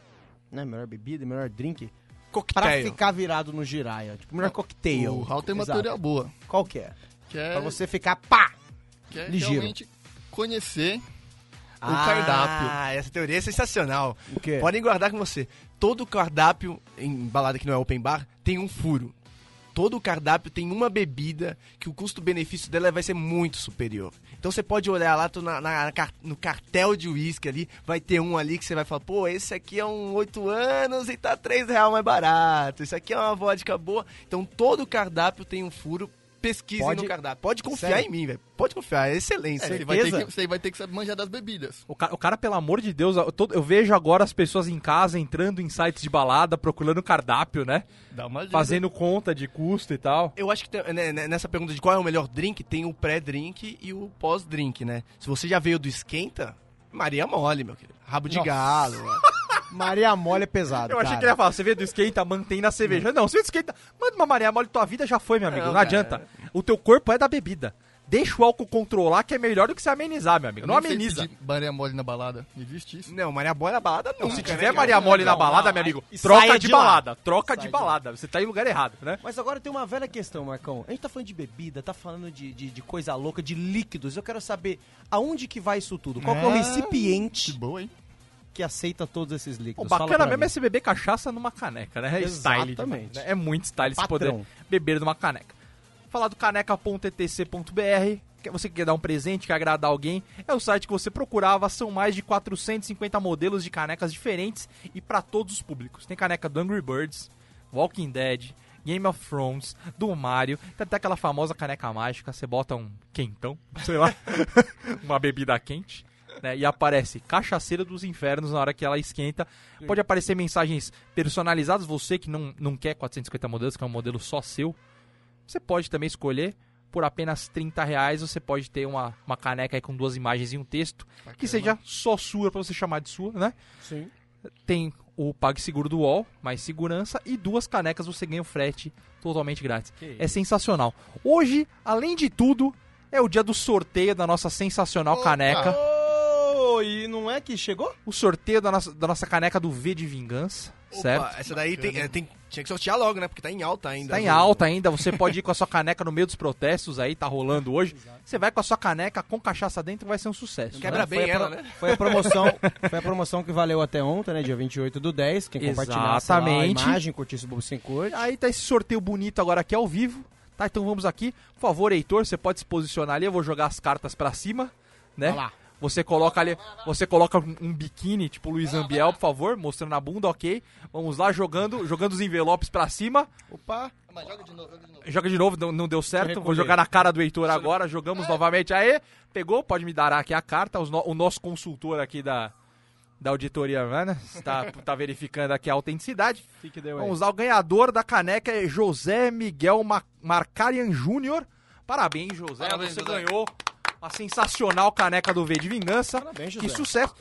Speaker 1: Né? Melhor bebida, melhor drink? Pra
Speaker 4: Coquetel.
Speaker 1: ficar virado no giraia. Tipo, melhor cocktail.
Speaker 3: O Raul tem uma
Speaker 1: Exato.
Speaker 3: teoria boa.
Speaker 1: Qual que é?
Speaker 3: Que é,
Speaker 1: Pra você ficar pá!
Speaker 3: que é
Speaker 1: ligeiro.
Speaker 3: realmente conhecer
Speaker 4: Ah,
Speaker 3: o cardápio.
Speaker 4: essa teoria é sensacional.
Speaker 1: O quê?
Speaker 4: Podem guardar com você. Todo cardápio em balada que não é open bar tem um furo. todo o cardápio tem uma bebida que o custo-benefício dela vai ser muito superior. Então você pode olhar lá tu na- na- na car- no cartel de uísque ali, vai ter um ali que você vai falar, pô, esse aqui é um 8 anos e tá 3 reais mais barato. Isso aqui é uma vodka boa. Então todo o cardápio tem um furo. Pesquise
Speaker 1: Pode-
Speaker 4: no cardápio. Pode confiar
Speaker 1: Sério?
Speaker 4: em mim, velho. Pode confiar. É excelência.
Speaker 3: Você vai, ter
Speaker 1: Certeza?
Speaker 3: que, você vai ter que saber manjar das bebidas.
Speaker 2: O cara, o cara, pelo amor de Deus, eu, tô- eu vejo agora as pessoas em casa entrando em sites de balada, procurando cardápio, né?
Speaker 3: Dá uma ajuda.
Speaker 2: Fazendo conta de custo e tal.
Speaker 4: Eu acho que tem- né, né, nessa pergunta de qual é o melhor drink, tem o pré-drink e o pós-drink, né? Se você já veio do esquenta, Maria Mole, meu querido. Rabo de
Speaker 1: Nossa.
Speaker 4: galo.
Speaker 1: *laughs* Maria Mole é pesado.
Speaker 2: Eu achei
Speaker 1: cara.
Speaker 2: que ele ia falar, você veio do esquenta, mantém na cerveja. Não, você veio do esquenta, manda uma Maria Mole, tua vida já foi, meu amigo. Hum. Não,
Speaker 4: Não, cara.
Speaker 2: adianta. O teu corpo é da bebida. Deixa o álcool controlar, que é melhor do que você amenizar, meu é amigo.
Speaker 3: Eu
Speaker 2: Não
Speaker 3: nem sei
Speaker 2: ameniza.
Speaker 3: pedir Maria mole na balada. Existe isso?
Speaker 4: Não, Maria Mole é balada não.
Speaker 2: Se tiver Maria Mole na
Speaker 1: não,
Speaker 2: balada,
Speaker 1: não,
Speaker 2: meu amigo,
Speaker 1: aí-
Speaker 2: troca
Speaker 1: saia
Speaker 2: de
Speaker 1: de lá.
Speaker 2: balada. Troca
Speaker 1: Saia
Speaker 2: de
Speaker 1: de lá.
Speaker 2: balada. Você tá em lugar errado, né?
Speaker 1: Mas agora tem uma velha questão, Marcão. A gente tá falando de bebida, tá falando de, de, de coisa louca, de líquidos. Eu quero saber aonde que vai isso tudo. Qual que é o
Speaker 3: Ah,
Speaker 1: recipiente
Speaker 3: Que boa, hein?
Speaker 1: que aceita todos esses
Speaker 2: Pô,
Speaker 1: líquidos?
Speaker 2: bacana
Speaker 1: Fala pra
Speaker 2: mesmo
Speaker 1: mim.
Speaker 2: é você beber cachaça numa caneca, né? É style. demais,
Speaker 1: Exatamente.
Speaker 2: né? É muito style você poder
Speaker 1: Patrão.
Speaker 2: beber numa caneca. Falar do caneca.etc.br. que Você que quer dar um presente, quer agradar alguém, é o site que você procurava. São mais de 450 modelos de canecas diferentes e para todos os públicos. Tem caneca do Angry Birds, Walking Dead, Game of Thrones, do Mario. Tem até aquela famosa caneca mágica. Você bota um quentão, *laughs* sei lá, uma bebida quente. né? E aparece cachaceiro dos infernos na hora que ela esquenta. Pode aparecer mensagens personalizadas. Você que não, não quer 450 modelos, que é um modelo só seu, você pode também escolher. Por apenas 30 reais você pode ter uma, uma caneca aí com duas imagens e um texto. Que seja só sua, pra você chamar de sua, né?
Speaker 1: Sim.
Speaker 2: Tem o PagSeguro do UOL, mais segurança. E duas canecas você ganha o frete totalmente grátis.
Speaker 1: Que
Speaker 2: É sensacional. Hoje, além de tudo, é o dia do sorteio da nossa sensacional
Speaker 3: Opa!
Speaker 2: caneca.
Speaker 1: Oh, e não é que chegou?
Speaker 2: O sorteio da nossa, da nossa caneca do V de Vingança,
Speaker 4: Opa,
Speaker 2: certo?
Speaker 4: Essa daí tem, é, tem- tinha que sortear logo, né? Porque tá em alta ainda.
Speaker 2: Tá em alta ainda, você pode ir com a sua caneca no meio dos protestos aí, tá rolando hoje. Você vai com a sua caneca com cachaça dentro, vai ser um sucesso.
Speaker 4: Quebra
Speaker 2: né?
Speaker 4: bem
Speaker 1: foi a
Speaker 4: ela,
Speaker 1: pro-
Speaker 4: né?
Speaker 1: *laughs* Foi
Speaker 4: *laughs*
Speaker 1: a promoção, foi a promoção que valeu até ontem, né? Dia 28 do 10. Quem compartilhar sei lá, a
Speaker 2: Exatamente.
Speaker 1: imagem, curtir esse bobo sem cor.
Speaker 4: Ah,
Speaker 2: Aí tá esse sorteio bonito agora aqui ao vivo, tá? Então vamos aqui. Por favor, Heitor, você pode se posicionar ali, eu vou jogar as cartas pra cima, né?
Speaker 1: Vai lá.
Speaker 2: Você coloca ali, você coloca um um biquíni, tipo Luiz Ambiel, por favor, mostrando a bunda, ok. Vamos lá, jogando, jogando os envelopes pra cima.
Speaker 1: Opa,
Speaker 3: Mas joga de novo, joga de novo.
Speaker 2: Joga de novo, não, não deu certo. Vou
Speaker 1: Recolher.
Speaker 2: jogar na cara do Heitor agora. Jogamos novamente. Aê, pegou, pode me dar aqui a carta. Os no- o nosso consultor aqui da, da auditoria, né? Está *laughs* tá verificando aqui a autenticidade.
Speaker 1: o que, que deu aí?
Speaker 2: Vamos lá, o ganhador da caneca é José Miguel Ma- Marcarian Júnior. Parabéns, José.
Speaker 5: Parabéns,
Speaker 2: Você
Speaker 5: José.
Speaker 2: ganhou a sensacional caneca do V de Vingança.
Speaker 1: Parabéns,
Speaker 2: que
Speaker 1: José.
Speaker 2: sucesso.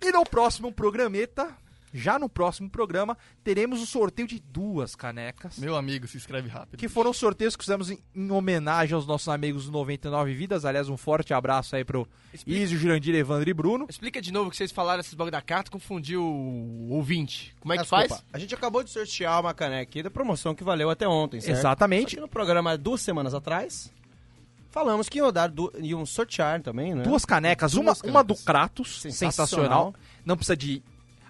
Speaker 2: E no próximo programeta, já no próximo programa, teremos o sorteio de duas canecas
Speaker 3: Meu amigo, se inscreve rápido.
Speaker 2: que foram os sorteios que fizemos em, em homenagem aos nossos amigos do 99 Vidas. Aliás, um forte abraço aí pro
Speaker 4: Explica,
Speaker 2: Izio, Jurandir, Evandro e Bruno.
Speaker 4: explica de novo que vocês falaram esses bagulho da carta, confundiu o ouvinte. Como é que
Speaker 1: Desculpa,
Speaker 4: faz?
Speaker 1: A gente acabou de sortear uma caneca aqui da promoção que valeu até ontem, certo? Só
Speaker 2: Exatamente.
Speaker 1: que no programa duas semanas atrás, falamos que iam dar du- iam sortear também, né?
Speaker 2: Duas canecas, uma,
Speaker 3: Duas
Speaker 2: uma do
Speaker 3: canecas.
Speaker 2: Kratos, sensacional.
Speaker 1: Sensacional.
Speaker 2: Não precisa de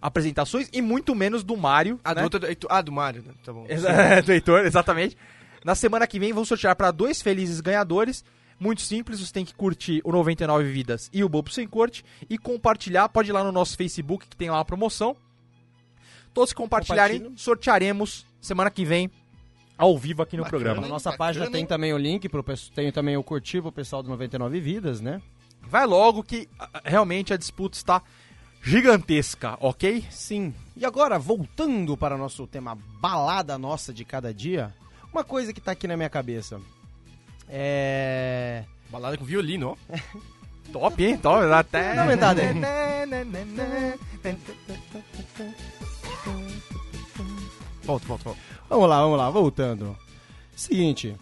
Speaker 2: apresentações e muito menos do Mario.
Speaker 4: Ah, do,
Speaker 2: né?
Speaker 4: outro, é do- ah, do Mário, né? Tá bom.
Speaker 2: Exa- do Heitor, exatamente. Na semana que vem vamos sortear para dois felizes ganhadores. Muito simples, você tem que curtir o 99 Vidas e o Bobo Sem Corte e compartilhar. Pode ir lá no nosso Facebook que tem lá uma promoção. Todos que compartilharem,
Speaker 1: Compartilham.
Speaker 2: sortearemos semana que vem ao vivo aqui no
Speaker 3: Bacana.
Speaker 1: Na
Speaker 2: programa.
Speaker 1: nossa
Speaker 3: Bacana,
Speaker 1: página
Speaker 3: hein?
Speaker 1: tem também o link, pro, pe- tem também o curtir pro pessoal do 99 Vidas, né?
Speaker 2: Vai logo que ah, realmente a disputa está gigantesca, ok?
Speaker 1: Sim. E agora, voltando para o nosso tema balada nossa de cada dia, uma coisa que tá aqui na minha cabeça. É.
Speaker 4: Balada com violino, ó.
Speaker 2: Top, hein? Top, até.
Speaker 1: Dá uma aumentada aí.
Speaker 4: Volta, volta, volta.
Speaker 1: Vamos lá, vamos lá, voltando. Seguinte.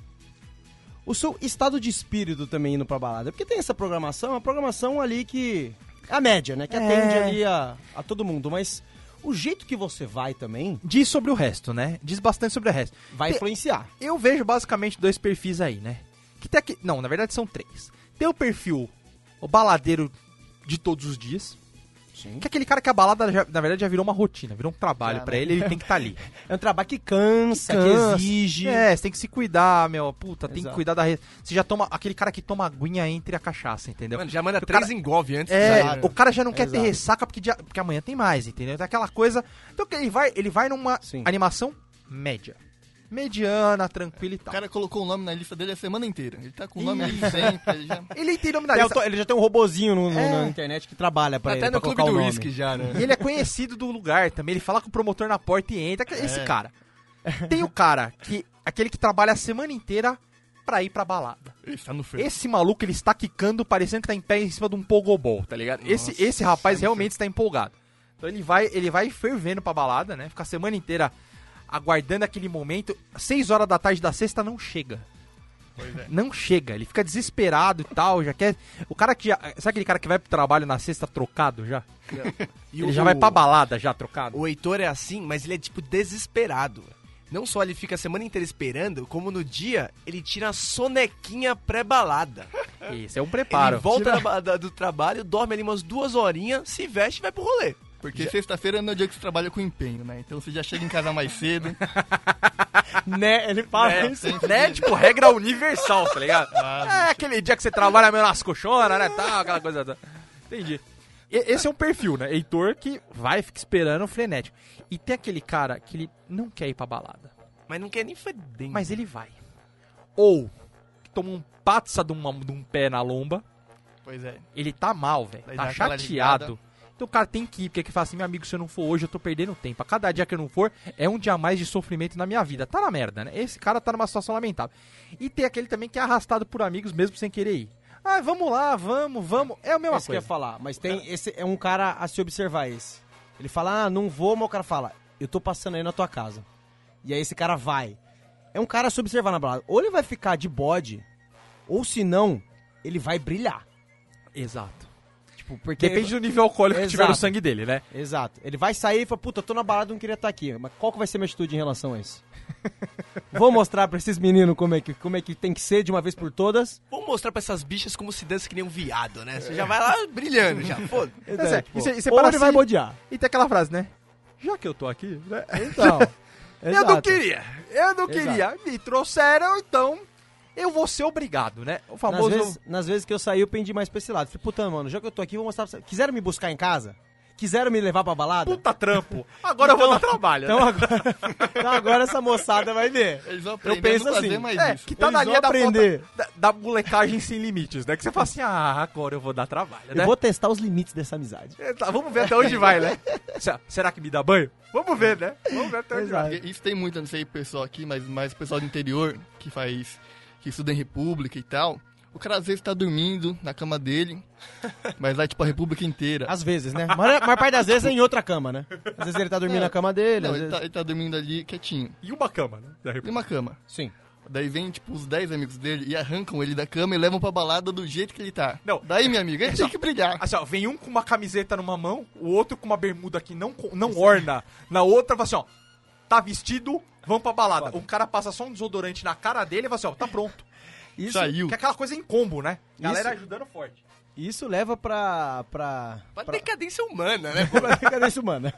Speaker 1: O seu estado de espírito também indo pra balada. Porque tem essa programação, uma programação ali que. A média, né? Que atende
Speaker 2: É.
Speaker 1: ali a, a todo mundo. Mas o jeito que você vai também
Speaker 2: Diz sobre o resto, né? Diz bastante sobre o resto.
Speaker 1: vai
Speaker 2: Tem-
Speaker 1: influenciar.
Speaker 2: eu vejo basicamente dois perfis aí, né? Que tem aqui... Não, na verdade são três. Tem o perfil o baladeiro de todos os dias,
Speaker 1: Sim.
Speaker 2: Que é aquele cara que a balada, já- na verdade, já virou uma rotina, virou um trabalho
Speaker 3: Já,
Speaker 2: pra
Speaker 3: né?
Speaker 2: ele, ele tem que
Speaker 1: *laughs*
Speaker 2: estar ali.
Speaker 1: É um trabalho que cansa,
Speaker 2: Cansa.
Speaker 1: que exige.
Speaker 2: É, você tem que se cuidar, meu. Puta, tem que
Speaker 1: Exato.
Speaker 2: cuidar da. Re... Você já toma. Aquele cara que toma aguinha entre a cachaça, entendeu?
Speaker 4: Mano, já manda
Speaker 2: O
Speaker 4: três
Speaker 2: cara-
Speaker 4: engove antes.
Speaker 2: É,
Speaker 4: sabe?
Speaker 3: Exato.
Speaker 2: o cara já não quer ter
Speaker 1: Exato.
Speaker 2: ressaca porque, dia- porque amanhã tem mais, entendeu? Então é aquela coisa. Então que ele vai, ele vai numa
Speaker 1: Sim.
Speaker 2: animação média. Mediana, tranquila e
Speaker 3: O
Speaker 2: tal.
Speaker 3: cara colocou o nome na lista dele a semana inteira. Ele tá com o nome ali sempre. Ele já...
Speaker 2: Ele tem nome na
Speaker 1: Tem
Speaker 2: lista.
Speaker 1: auto- Ele já tem um robozinho no- no-
Speaker 2: É.
Speaker 1: na internet que trabalha pra ele.
Speaker 4: Tá Até no
Speaker 1: pra
Speaker 4: clube
Speaker 1: colocar
Speaker 4: do
Speaker 1: o nome.
Speaker 4: uísque já,
Speaker 2: *laughs*
Speaker 4: né?
Speaker 2: E ele é conhecido do lugar também. Ele fala com o promotor na porta e entra. que- Esse cara. Tem o cara que. Aquele que trabalha a semana inteira pra ir pra balada.
Speaker 3: Ele está no freio.
Speaker 2: Esse maluco, ele está quicando, parecendo que tá em pé em cima de um pogobol, tá ligado? Esse, esse rapaz realmente está empolgado. Então ele vai, ele vai fervendo pra balada, né? Fica a semana inteira aguardando aquele momento. Seis horas da tarde da sexta não chega.
Speaker 4: é.
Speaker 2: Não chega, ele fica desesperado e tal, já quer... O cara que já... Sabe aquele cara que vai pro trabalho na sexta trocado já?
Speaker 4: E
Speaker 2: ele
Speaker 4: o-
Speaker 2: já vai pra balada já trocado.
Speaker 4: O Heitor é assim, mas ele é tipo desesperado. Não só ele fica a semana inteira esperando, como no dia ele tira a sonequinha pré-balada.
Speaker 2: *laughs* Isso, é um
Speaker 4: Ele
Speaker 2: preparo.
Speaker 4: volta da ba- da- do trabalho, dorme ali umas duas horinhas, se veste e vai pro rolê.
Speaker 3: Porque sexta-feira não é o dia que você trabalha com empenho, né? Então você já chega em casa mais cedo.
Speaker 1: Né? Ele fala
Speaker 2: É,
Speaker 1: isso.
Speaker 2: né? Tipo, regra universal, tá ligado? É aquele dia que você trabalha meio nas coxonas, né? Tal, aquela coisa. toda. Entendi. E- esse é um perfil, né? Heitor que vai, fica esperando o frenético. E tem aquele cara que ele não quer ir pra balada,
Speaker 4: Mas não quer nem feder.
Speaker 2: mas ele vai. Ou que toma um patsa de, uma- de um pé na lomba,
Speaker 3: Pois é.
Speaker 2: ele tá mal, velho.
Speaker 3: Daí
Speaker 2: Tá
Speaker 3: dá aquela
Speaker 2: chateado.
Speaker 3: ligada.
Speaker 2: Então o cara tem que ir, porque ele fala assim: meu amigo, se eu não for hoje, eu tô perdendo tempo. A cada dia que eu não for, é um dia a mais de sofrimento na minha vida. Tá na merda, né? Esse cara tá numa situação lamentável. E tem aquele também que é arrastado por amigos mesmo sem querer ir. Ah, vamos lá, vamos, vamos. É a
Speaker 1: É
Speaker 2: mesma
Speaker 1: isso que eu ia
Speaker 2: coisa.
Speaker 1: falar. Mas tem esse é um cara a se observar esse. Ele fala, ah, não vou, mas o cara fala, eu tô passando aí na tua casa. E aí esse cara vai. É um cara a se observar na balada. Ou ele vai ficar de bode, ou se não, ele vai brilhar.
Speaker 2: Exato.
Speaker 1: Tipo, porque...
Speaker 2: Depende do nível alcoólico que
Speaker 1: Exato.
Speaker 2: tiver no sangue dele, né?
Speaker 1: Exato. Ele vai sair e fala, puta, eu tô na balada, não queria estar aqui. Mas qual que vai ser minha atitude em relação a isso? vou mostrar pra esses meninos como é, que, como é que tem que ser de uma vez por todas.
Speaker 4: Vamos mostrar pra essas bichas como se dança que nem um viado, né?
Speaker 2: É.
Speaker 4: Você já vai lá brilhando, já. Foda.
Speaker 2: Mas é, e cê- e cê
Speaker 1: ou
Speaker 2: para
Speaker 1: ele vai
Speaker 2: assim-
Speaker 1: bodear.
Speaker 2: E tem aquela frase, né? Já que eu tô aqui, *laughs* né?
Speaker 1: *laughs* Então...
Speaker 2: Eu não
Speaker 1: *laughs* exato.
Speaker 2: queria, eu
Speaker 1: Exato.
Speaker 2: não queria. Me trouxeram, então eu vou ser obrigado, né? O famoso.
Speaker 1: Nas vezes, nas vezes que eu saí, eu pendi mais pra esse lado. Falei, puta, mano, já que eu tô aqui, eu vou mostrar pra você. Quiseram me buscar em casa? Quiseram me levar pra balada?
Speaker 2: Puta *laughs* trampo. Agora eu vou dar trabalho. né?"
Speaker 1: Então agora, *laughs* então agora essa moçada vai ver.
Speaker 3: Eles vão aprender
Speaker 1: penso
Speaker 3: a não fazer
Speaker 1: assim,
Speaker 3: mais
Speaker 2: É,
Speaker 3: isso.
Speaker 2: que tá
Speaker 1: Eles
Speaker 2: na
Speaker 1: vão
Speaker 2: linha da,
Speaker 1: aprender.
Speaker 2: falta- da, da molecagem sem limites, né? Que você fala assim, ah, agora eu vou dar trabalho, né?
Speaker 1: Eu vou testar os limites dessa amizade.
Speaker 2: É, tá, vamos ver até onde vai,
Speaker 1: *laughs*
Speaker 2: né? Se- Será que me dá banho? Vamos ver, né? Vamos ver até onde vai.
Speaker 3: Porque Isso tem muito, eu não sei, pessoal aqui, mas mais pessoal do interior que faz, que estuda em república e tal. O cara às vezes tá dormindo na
Speaker 1: *laughs*
Speaker 3: cama dele, mas vai tipo a república inteira.
Speaker 1: Às vezes, né? Mas a maior parte das vezes é em outra cama, né? Às vezes ele tá dormindo
Speaker 3: É.
Speaker 1: na cama dele,
Speaker 3: Não,
Speaker 1: às
Speaker 3: ele
Speaker 1: vezes...
Speaker 3: tá, ele tá dormindo ali quietinho.
Speaker 2: E uma cama, né? Da
Speaker 3: Tem
Speaker 2: República.
Speaker 3: uma cama.
Speaker 1: Sim.
Speaker 3: Daí vem, tipo, os 10 amigos dele e arrancam ele da cama e levam pra balada do jeito que ele tá.
Speaker 2: Não.
Speaker 3: Daí, minha amiga, ele
Speaker 1: Então,
Speaker 3: tem que brilhar.
Speaker 2: Assim, ó, vem um com uma camiseta numa mão, o outro com uma bermuda que não, co- não orna. Na outra, fala assim, ó, tá vestido, vamos pra balada. O cara passa só um desodorante na cara dele e fala assim, ó, tá pronto.
Speaker 1: Isso,
Speaker 3: Saiu.
Speaker 2: Que é aquela coisa em combo, né? Galera
Speaker 1: Isso.
Speaker 2: ajudando forte.
Speaker 1: isso leva pra... pra...
Speaker 4: Pra
Speaker 1: pra...
Speaker 4: decadência humana, né?
Speaker 1: pra *laughs* decadência humana.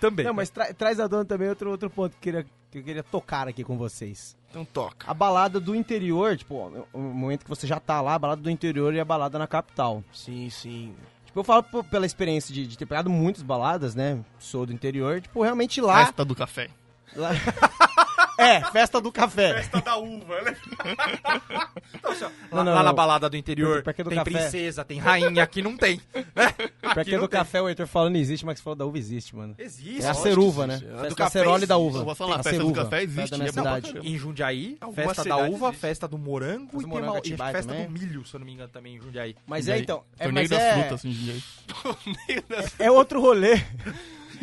Speaker 2: Também.
Speaker 1: Não, mas tra- traz à dona também outro, outro ponto que, queria, que eu queria tocar aqui com vocês.
Speaker 4: Então toca.
Speaker 1: a balada do interior, tipo, ó, o momento que você já tá lá, a balada do interior e a balada na capital.
Speaker 4: Sim, sim.
Speaker 1: Tipo, eu falo p- pela experiência de, de ter pegado muitas baladas, né? Sou do interior, tipo, realmente lá.
Speaker 3: Festa do café.
Speaker 1: lá- *laughs* é, festa do café.
Speaker 2: Festa da uva, né? Então, assim, ó,
Speaker 1: Não,
Speaker 2: lá,
Speaker 1: não,
Speaker 2: lá
Speaker 1: não.
Speaker 2: na balada do interior
Speaker 1: Pra que do
Speaker 2: tem
Speaker 1: café?
Speaker 2: princesa, tem rainha, aqui não tem. Né?
Speaker 1: pra
Speaker 2: Aqui
Speaker 1: quem é
Speaker 2: não
Speaker 1: do
Speaker 2: tem.
Speaker 1: café, o Heitor falou não existe, mas que falou da uva existe, mano.
Speaker 2: *laughs* Existe.
Speaker 1: É a
Speaker 2: lógico.
Speaker 1: ceruva, né?
Speaker 4: existe. A
Speaker 1: Festa
Speaker 4: do
Speaker 1: da
Speaker 4: café
Speaker 1: cerola e da
Speaker 4: existe.
Speaker 1: uva.
Speaker 3: Eu vou falar,
Speaker 1: a
Speaker 3: festa do
Speaker 1: ceruva,
Speaker 3: café existe,
Speaker 1: da minha
Speaker 3: é bom pra
Speaker 1: cidade.
Speaker 3: caramba.
Speaker 2: Em Jundiaí,
Speaker 4: Algumas
Speaker 2: festa da
Speaker 4: cidades
Speaker 2: uva,
Speaker 4: existe.
Speaker 2: festa do morango
Speaker 1: Mas
Speaker 2: e
Speaker 1: o
Speaker 2: tem
Speaker 1: morango
Speaker 2: uma,
Speaker 1: é
Speaker 2: e
Speaker 1: Atibaia
Speaker 2: festa
Speaker 1: também?
Speaker 2: do milho, se eu não me engano, também em Jundiaí.
Speaker 1: Mas
Speaker 3: Daí,
Speaker 1: é, então. É,
Speaker 3: Torneio
Speaker 1: mas
Speaker 3: das
Speaker 1: é,
Speaker 3: frutas, hoje em dia.
Speaker 1: é outro rolê.
Speaker 2: *laughs*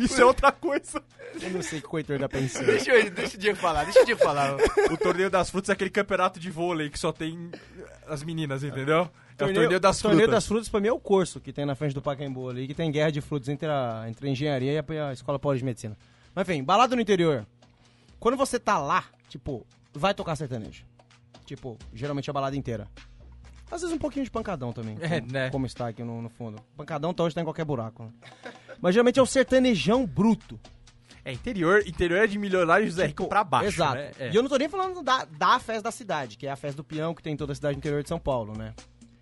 Speaker 1: *laughs*
Speaker 2: Isso é outra coisa.
Speaker 1: Eu não sei o que o Heitor tá pensando.
Speaker 4: Deixa, eu, deixa o Diego falar, deixa o Diego falar.
Speaker 2: O torneio das frutas é aquele campeonato de vôlei que só tem as meninas, entendeu? É o
Speaker 1: Torneio-
Speaker 2: torneio das
Speaker 1: torneio
Speaker 2: frutas.
Speaker 1: das frutas pra mim é o curso que tem na frente do Pacaembu ali, que tem guerra de frutas entre a, entre a engenharia e a, a Escola Paulista de Medicina. Mas enfim, balada no interior. Quando você tá lá, tipo, vai tocar sertanejo. Tipo, geralmente a balada inteira. Às vezes um pouquinho de pancadão também.
Speaker 2: É,
Speaker 1: como,
Speaker 2: né?
Speaker 1: como está aqui no, no fundo. Pancadão tá hoje tá em qualquer buraco. né? Mas geralmente é um sertanejão bruto.
Speaker 2: É interior, interior é de milionário José Rico pra baixo.
Speaker 1: Exato.
Speaker 2: né? É.
Speaker 1: E eu não tô nem falando da, da festa da cidade, que é a festa do peão que tem em toda a cidade do interior de São Paulo, né?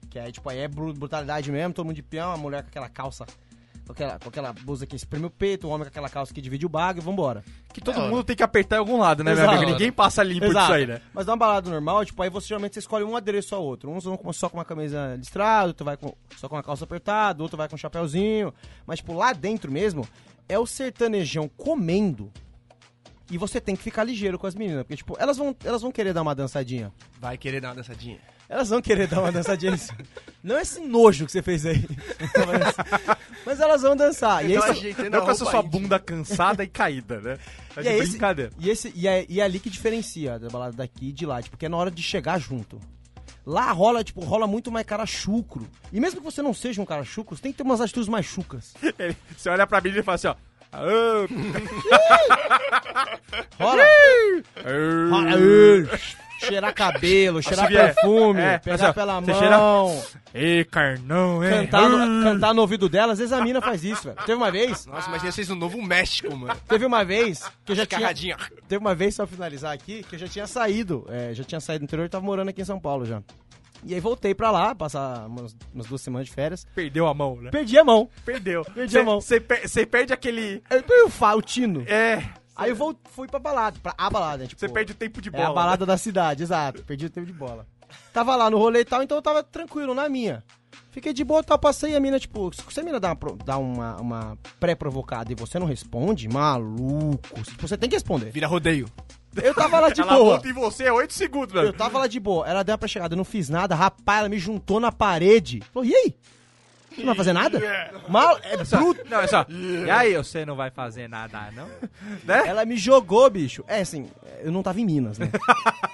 Speaker 1: Que aí, tipo, aí é bru- brutalidade mesmo, todo mundo de peão, a mulher com aquela calça, com aquela, com aquela blusa que espreme o peito, o homem com aquela calça que divide o bago e vambora.
Speaker 2: Que todo mundo tem que apertar em algum lado, né, meu
Speaker 1: Exato.
Speaker 2: amigo? Ninguém passa limpo disso aí, né?
Speaker 1: Mas dá uma balada normal, tipo, aí você geralmente você escolhe um adereço ao outro. Uns vão com- só com uma camisa listrada, outro vai com, só com uma calça apertada, outro vai com um chapéuzinho. Mas, tipo, lá dentro mesmo, é o sertanejão comendo. E você tem que ficar ligeiro com as meninas, porque, tipo, elas vão, elas vão querer dar uma dançadinha.
Speaker 4: Vai querer dar uma dançadinha.
Speaker 1: Elas vão querer dar uma dançadinha. nisso. Não é esse nojo que você fez aí. Mas, mas elas vão dançar. E,
Speaker 4: Então
Speaker 1: esse-
Speaker 4: ajeitando
Speaker 2: Não
Speaker 4: a
Speaker 2: com essa
Speaker 4: roupa
Speaker 2: sua
Speaker 4: aí.
Speaker 2: bunda cansada e caída, *laughs* né?
Speaker 1: e
Speaker 2: Tá de
Speaker 1: é esse-
Speaker 2: brincadeira.
Speaker 1: e esse- e é, e é ali que diferencia da balada daqui e de lá, tipo, porque é na hora de chegar junto. Lá rola, tipo, rola muito mais cara chucro. E mesmo que você não seja um cara chucro, você tem que ter umas atitudes mais chucas.
Speaker 2: Ele- você olha pra mim e ele fala assim, ó. "Aô, *laughs*
Speaker 1: Rola,
Speaker 2: aô".
Speaker 1: rola,
Speaker 2: ah,
Speaker 1: ê, cheirar cabelo, cheirar
Speaker 2: que é-
Speaker 1: perfume,
Speaker 2: é,
Speaker 1: pegar
Speaker 2: assim, ó,
Speaker 1: pela
Speaker 2: você É.
Speaker 1: mão,
Speaker 2: *laughs* Ei, carnão, hein? Ah,
Speaker 1: cantar, no, cantar no ouvido dela. Às vezes a mina faz isso, velho. Teve uma vez,
Speaker 4: Nossa, imagina vocês no Novo México,
Speaker 2: *laughs*
Speaker 4: mano.
Speaker 1: teve uma vez que eu já tinha...
Speaker 4: Carradinha.
Speaker 1: Teve uma vez, só finalizar aqui, que eu já tinha saído. é, já tinha saído do interior e tava morando aqui em São Paulo já. E aí voltei pra lá, passar umas, umas duas semanas de férias.
Speaker 2: Perdeu a mão, né?
Speaker 1: Perdi a mão.
Speaker 2: Perdeu.
Speaker 1: Perdi
Speaker 2: Cê-
Speaker 1: a mão.
Speaker 2: cê per- Você perde aquele...
Speaker 1: Eu tenho o fa- o tino.
Speaker 2: É...
Speaker 1: Aí eu vol- fui pra balada, pra a balada, né? Tipo,
Speaker 2: Você perde o tempo de bola. né?
Speaker 1: É a balada da cidade, exato. Perdi o tempo de bola. Tava lá no rolê e tal, então eu tava tranquilo, na minha. Fiquei de boa, tal, passei a mina, tipo, se a mina dá uma, pro- dá uma, uma pré-provocada e você não responde, maluco. Tipo, você tem que responder.
Speaker 4: Vira rodeio.
Speaker 1: Eu tava lá de
Speaker 2: Ela
Speaker 1: boa.
Speaker 2: volta Tá em você é 8 segundos,
Speaker 1: Eu
Speaker 2: velho.
Speaker 1: tava lá de boa, ela deu uma pré-chegada, eu não fiz nada, rapaz, ela me juntou na parede. Falou, e aí? Você não vai fazer nada? Mal, é bruto.
Speaker 2: Não, é só... E aí, você não vai fazer nada, *laughs* não? né?
Speaker 1: Ela me jogou, bicho. É assim, eu não tava em Minas, né?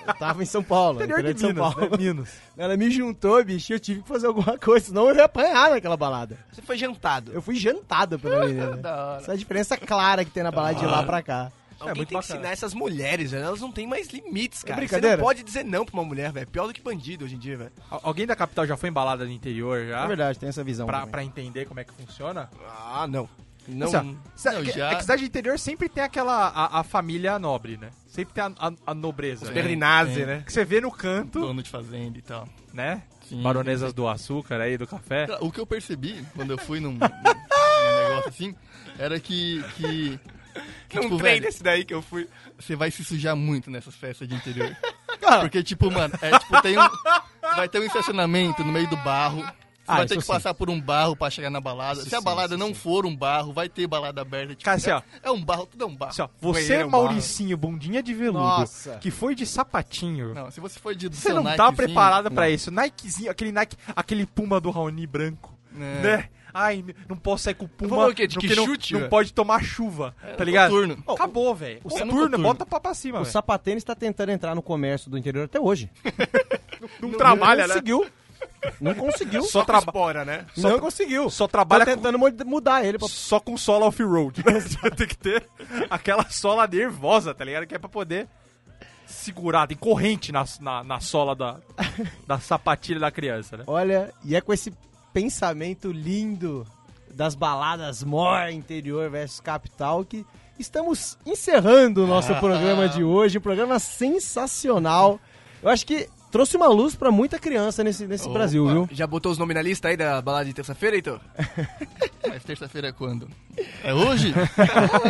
Speaker 1: Eu tava em São Paulo, interior, de, São Paulo.
Speaker 2: né? Minas.
Speaker 1: Ela me juntou, bicho, e eu tive que fazer alguma coisa, senão eu ia apanhar naquela balada.
Speaker 4: Você foi jantado.
Speaker 1: Eu fui jantado
Speaker 2: Ah,
Speaker 1: pela menina. Essa é a diferença clara que tem na balada de lá pra cá.
Speaker 4: Alguém
Speaker 2: É muito
Speaker 4: tem que
Speaker 2: bacana. É
Speaker 4: ensinar essas mulheres, velho. Elas não têm mais limites, cara.
Speaker 1: brincadeira?
Speaker 4: Você não pode dizer não pra uma mulher, velho. Pior do que bandido hoje em dia, velho.
Speaker 2: Al- Alguém da capital já foi embalada no interior,
Speaker 1: É
Speaker 2: já?
Speaker 1: verdade, tem essa visão.
Speaker 2: Pra,
Speaker 1: também.
Speaker 2: pra entender como é que funciona?
Speaker 4: Ah, não. Não.
Speaker 2: Assim, ó, cida-
Speaker 3: Não,
Speaker 2: que-
Speaker 3: já-
Speaker 2: É que cidade interior sempre tem aquela... A, a família nobre, né? Sempre tem a, a- a nobreza.
Speaker 4: Os
Speaker 2: né?
Speaker 4: Berlinazzi, né?
Speaker 2: Que você vê no canto,
Speaker 3: Dono de fazenda e tal.
Speaker 2: né?
Speaker 3: Sim.
Speaker 2: Baronesas do açúcar aí, do café.
Speaker 3: Cara, O que eu percebi quando eu fui num, num negócio assim era que. que que,
Speaker 4: Não
Speaker 3: tipo,
Speaker 4: trem
Speaker 3: velho,
Speaker 4: desse daí que eu fui.
Speaker 3: você vai se sujar muito nessas festas de interior.
Speaker 2: Ah.
Speaker 3: Porque, tipo, mano, é tipo, tem um. Vai ter um estacionamento no meio do barro. Você
Speaker 1: Ah,
Speaker 3: vai ter
Speaker 1: isso
Speaker 3: que
Speaker 1: sim.
Speaker 3: passar por um barro pra chegar na balada. Se a
Speaker 1: sim,
Speaker 3: balada não for um barro, vai ter balada aberta. Tipo,
Speaker 2: Cara, assim, ó.
Speaker 3: é, é um barro, tudo é um barro.
Speaker 2: Assim, ó,
Speaker 4: Banheiro
Speaker 2: você,
Speaker 4: é um
Speaker 2: Mauricinho, bundinha de veludo,
Speaker 1: Nossa.
Speaker 2: que foi de sapatinho.
Speaker 3: Não, se você for de assim, do
Speaker 2: Você
Speaker 3: seu
Speaker 2: não tá
Speaker 3: Nikezinho-
Speaker 2: preparada pra
Speaker 3: Não.
Speaker 2: isso. Nikezinho, aquele Nike, aquele Puma do Raoni branco,
Speaker 3: É.
Speaker 2: né? Ai, n- não posso sair com o Puma,
Speaker 4: falando o quê? De
Speaker 2: porque
Speaker 4: que
Speaker 2: não,
Speaker 4: chute,
Speaker 2: não
Speaker 4: velho?
Speaker 2: pode tomar chuva, tá ligado?
Speaker 3: noturno.
Speaker 2: Acabou, velho. O
Speaker 3: é no
Speaker 2: turno,
Speaker 3: noturno.
Speaker 2: bota pra, pra cima,
Speaker 1: O
Speaker 2: velho.
Speaker 1: sapatênis tá tentando entrar no comércio do interior até hoje.
Speaker 2: Não trabalha,
Speaker 1: não
Speaker 2: né?
Speaker 1: conseguiu. Não conseguiu.
Speaker 2: Só,
Speaker 4: Pra
Speaker 2: traba
Speaker 4: espora, né?
Speaker 2: só
Speaker 1: não
Speaker 2: tra-
Speaker 1: conseguiu.
Speaker 2: só
Speaker 1: Tô
Speaker 2: trabalha com-
Speaker 1: tentando mod- mudar ele pra
Speaker 2: só com sola *laughs* off-road. Você tem que ter aquela sola nervosa, tá ligado? Que é pra poder segurar, tem corrente na, na, na sola da, da sapatilha da criança, né?
Speaker 1: Olha, e é com esse pensamento lindo das baladas more interior versus capital que estamos encerrando o nosso
Speaker 2: *laughs*
Speaker 1: programa de hoje, um programa sensacional. Eu acho que trouxe uma luz pra muita criança nesse, nesse Brasil, viu?
Speaker 4: Já botou os nomes na lista aí da balada de terça-feira, Heitor?
Speaker 3: Mas terça-feira é quando? É hoje?
Speaker 2: *laughs*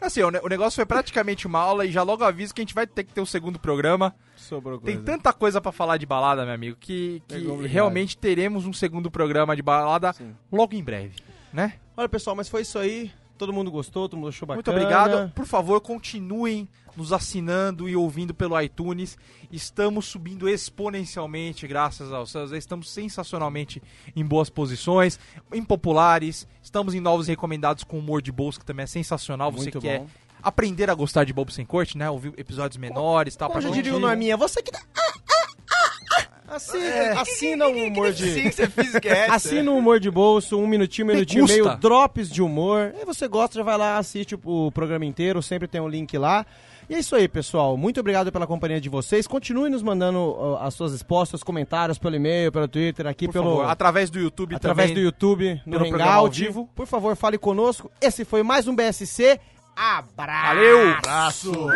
Speaker 2: Assim, o, ne- o negócio foi praticamente uma aula e já logo aviso que a gente vai ter que ter o segundo programa.
Speaker 1: Sobrou
Speaker 2: Tem tanta coisa pra falar de balada, meu amigo, que, que
Speaker 1: Pegou, obrigado.
Speaker 2: realmente teremos um segundo programa de balada logo em breve, né?
Speaker 1: Olha, pessoal, mas foi isso aí. Todo mundo gostou, todo mundo achou bacana.
Speaker 2: Muito obrigado. Por favor, continuem nos assinando e ouvindo pelo iTunes. Estamos subindo exponencialmente, graças aos seus. Estamos sensacionalmente em boas posições, em populares. Estamos em novos recomendados com humor de bolsa, que também é sensacional. Você
Speaker 1: Muito
Speaker 2: quer
Speaker 1: bom.
Speaker 2: aprender a gostar de Bobo Sem Corte, né? Ouvir episódios menores e tal.
Speaker 1: Como
Speaker 2: pra
Speaker 1: já
Speaker 2: não- é
Speaker 1: diria o Norminha, você que... dá- Ah, ah, ah, ah. Assina,
Speaker 2: É.
Speaker 1: assina o humor de...
Speaker 4: Ciência física
Speaker 2: *laughs*
Speaker 4: é essa.
Speaker 2: Ah,
Speaker 1: Assina o Humor de Bolso, um minutinho, um minutinho e
Speaker 2: Degusta.
Speaker 1: meio, drops de humor. Aí você gosta, já vai lá, assiste o, o programa inteiro, sempre tem um link lá. E é isso aí, pessoal. Muito obrigado pela companhia de vocês. Continue nos mandando ó, as suas respostas, comentários pelo e-mail, pelo Twitter, aqui
Speaker 2: Por
Speaker 1: pelo.
Speaker 2: favor, através do YouTube
Speaker 1: através do
Speaker 2: também.
Speaker 1: YouTube, no
Speaker 2: pelo programa ao
Speaker 1: Hangout.
Speaker 2: vivo.
Speaker 1: Por favor, fale conosco. Esse foi mais um BSC. Abraço!
Speaker 2: Valeu!
Speaker 3: Abraço!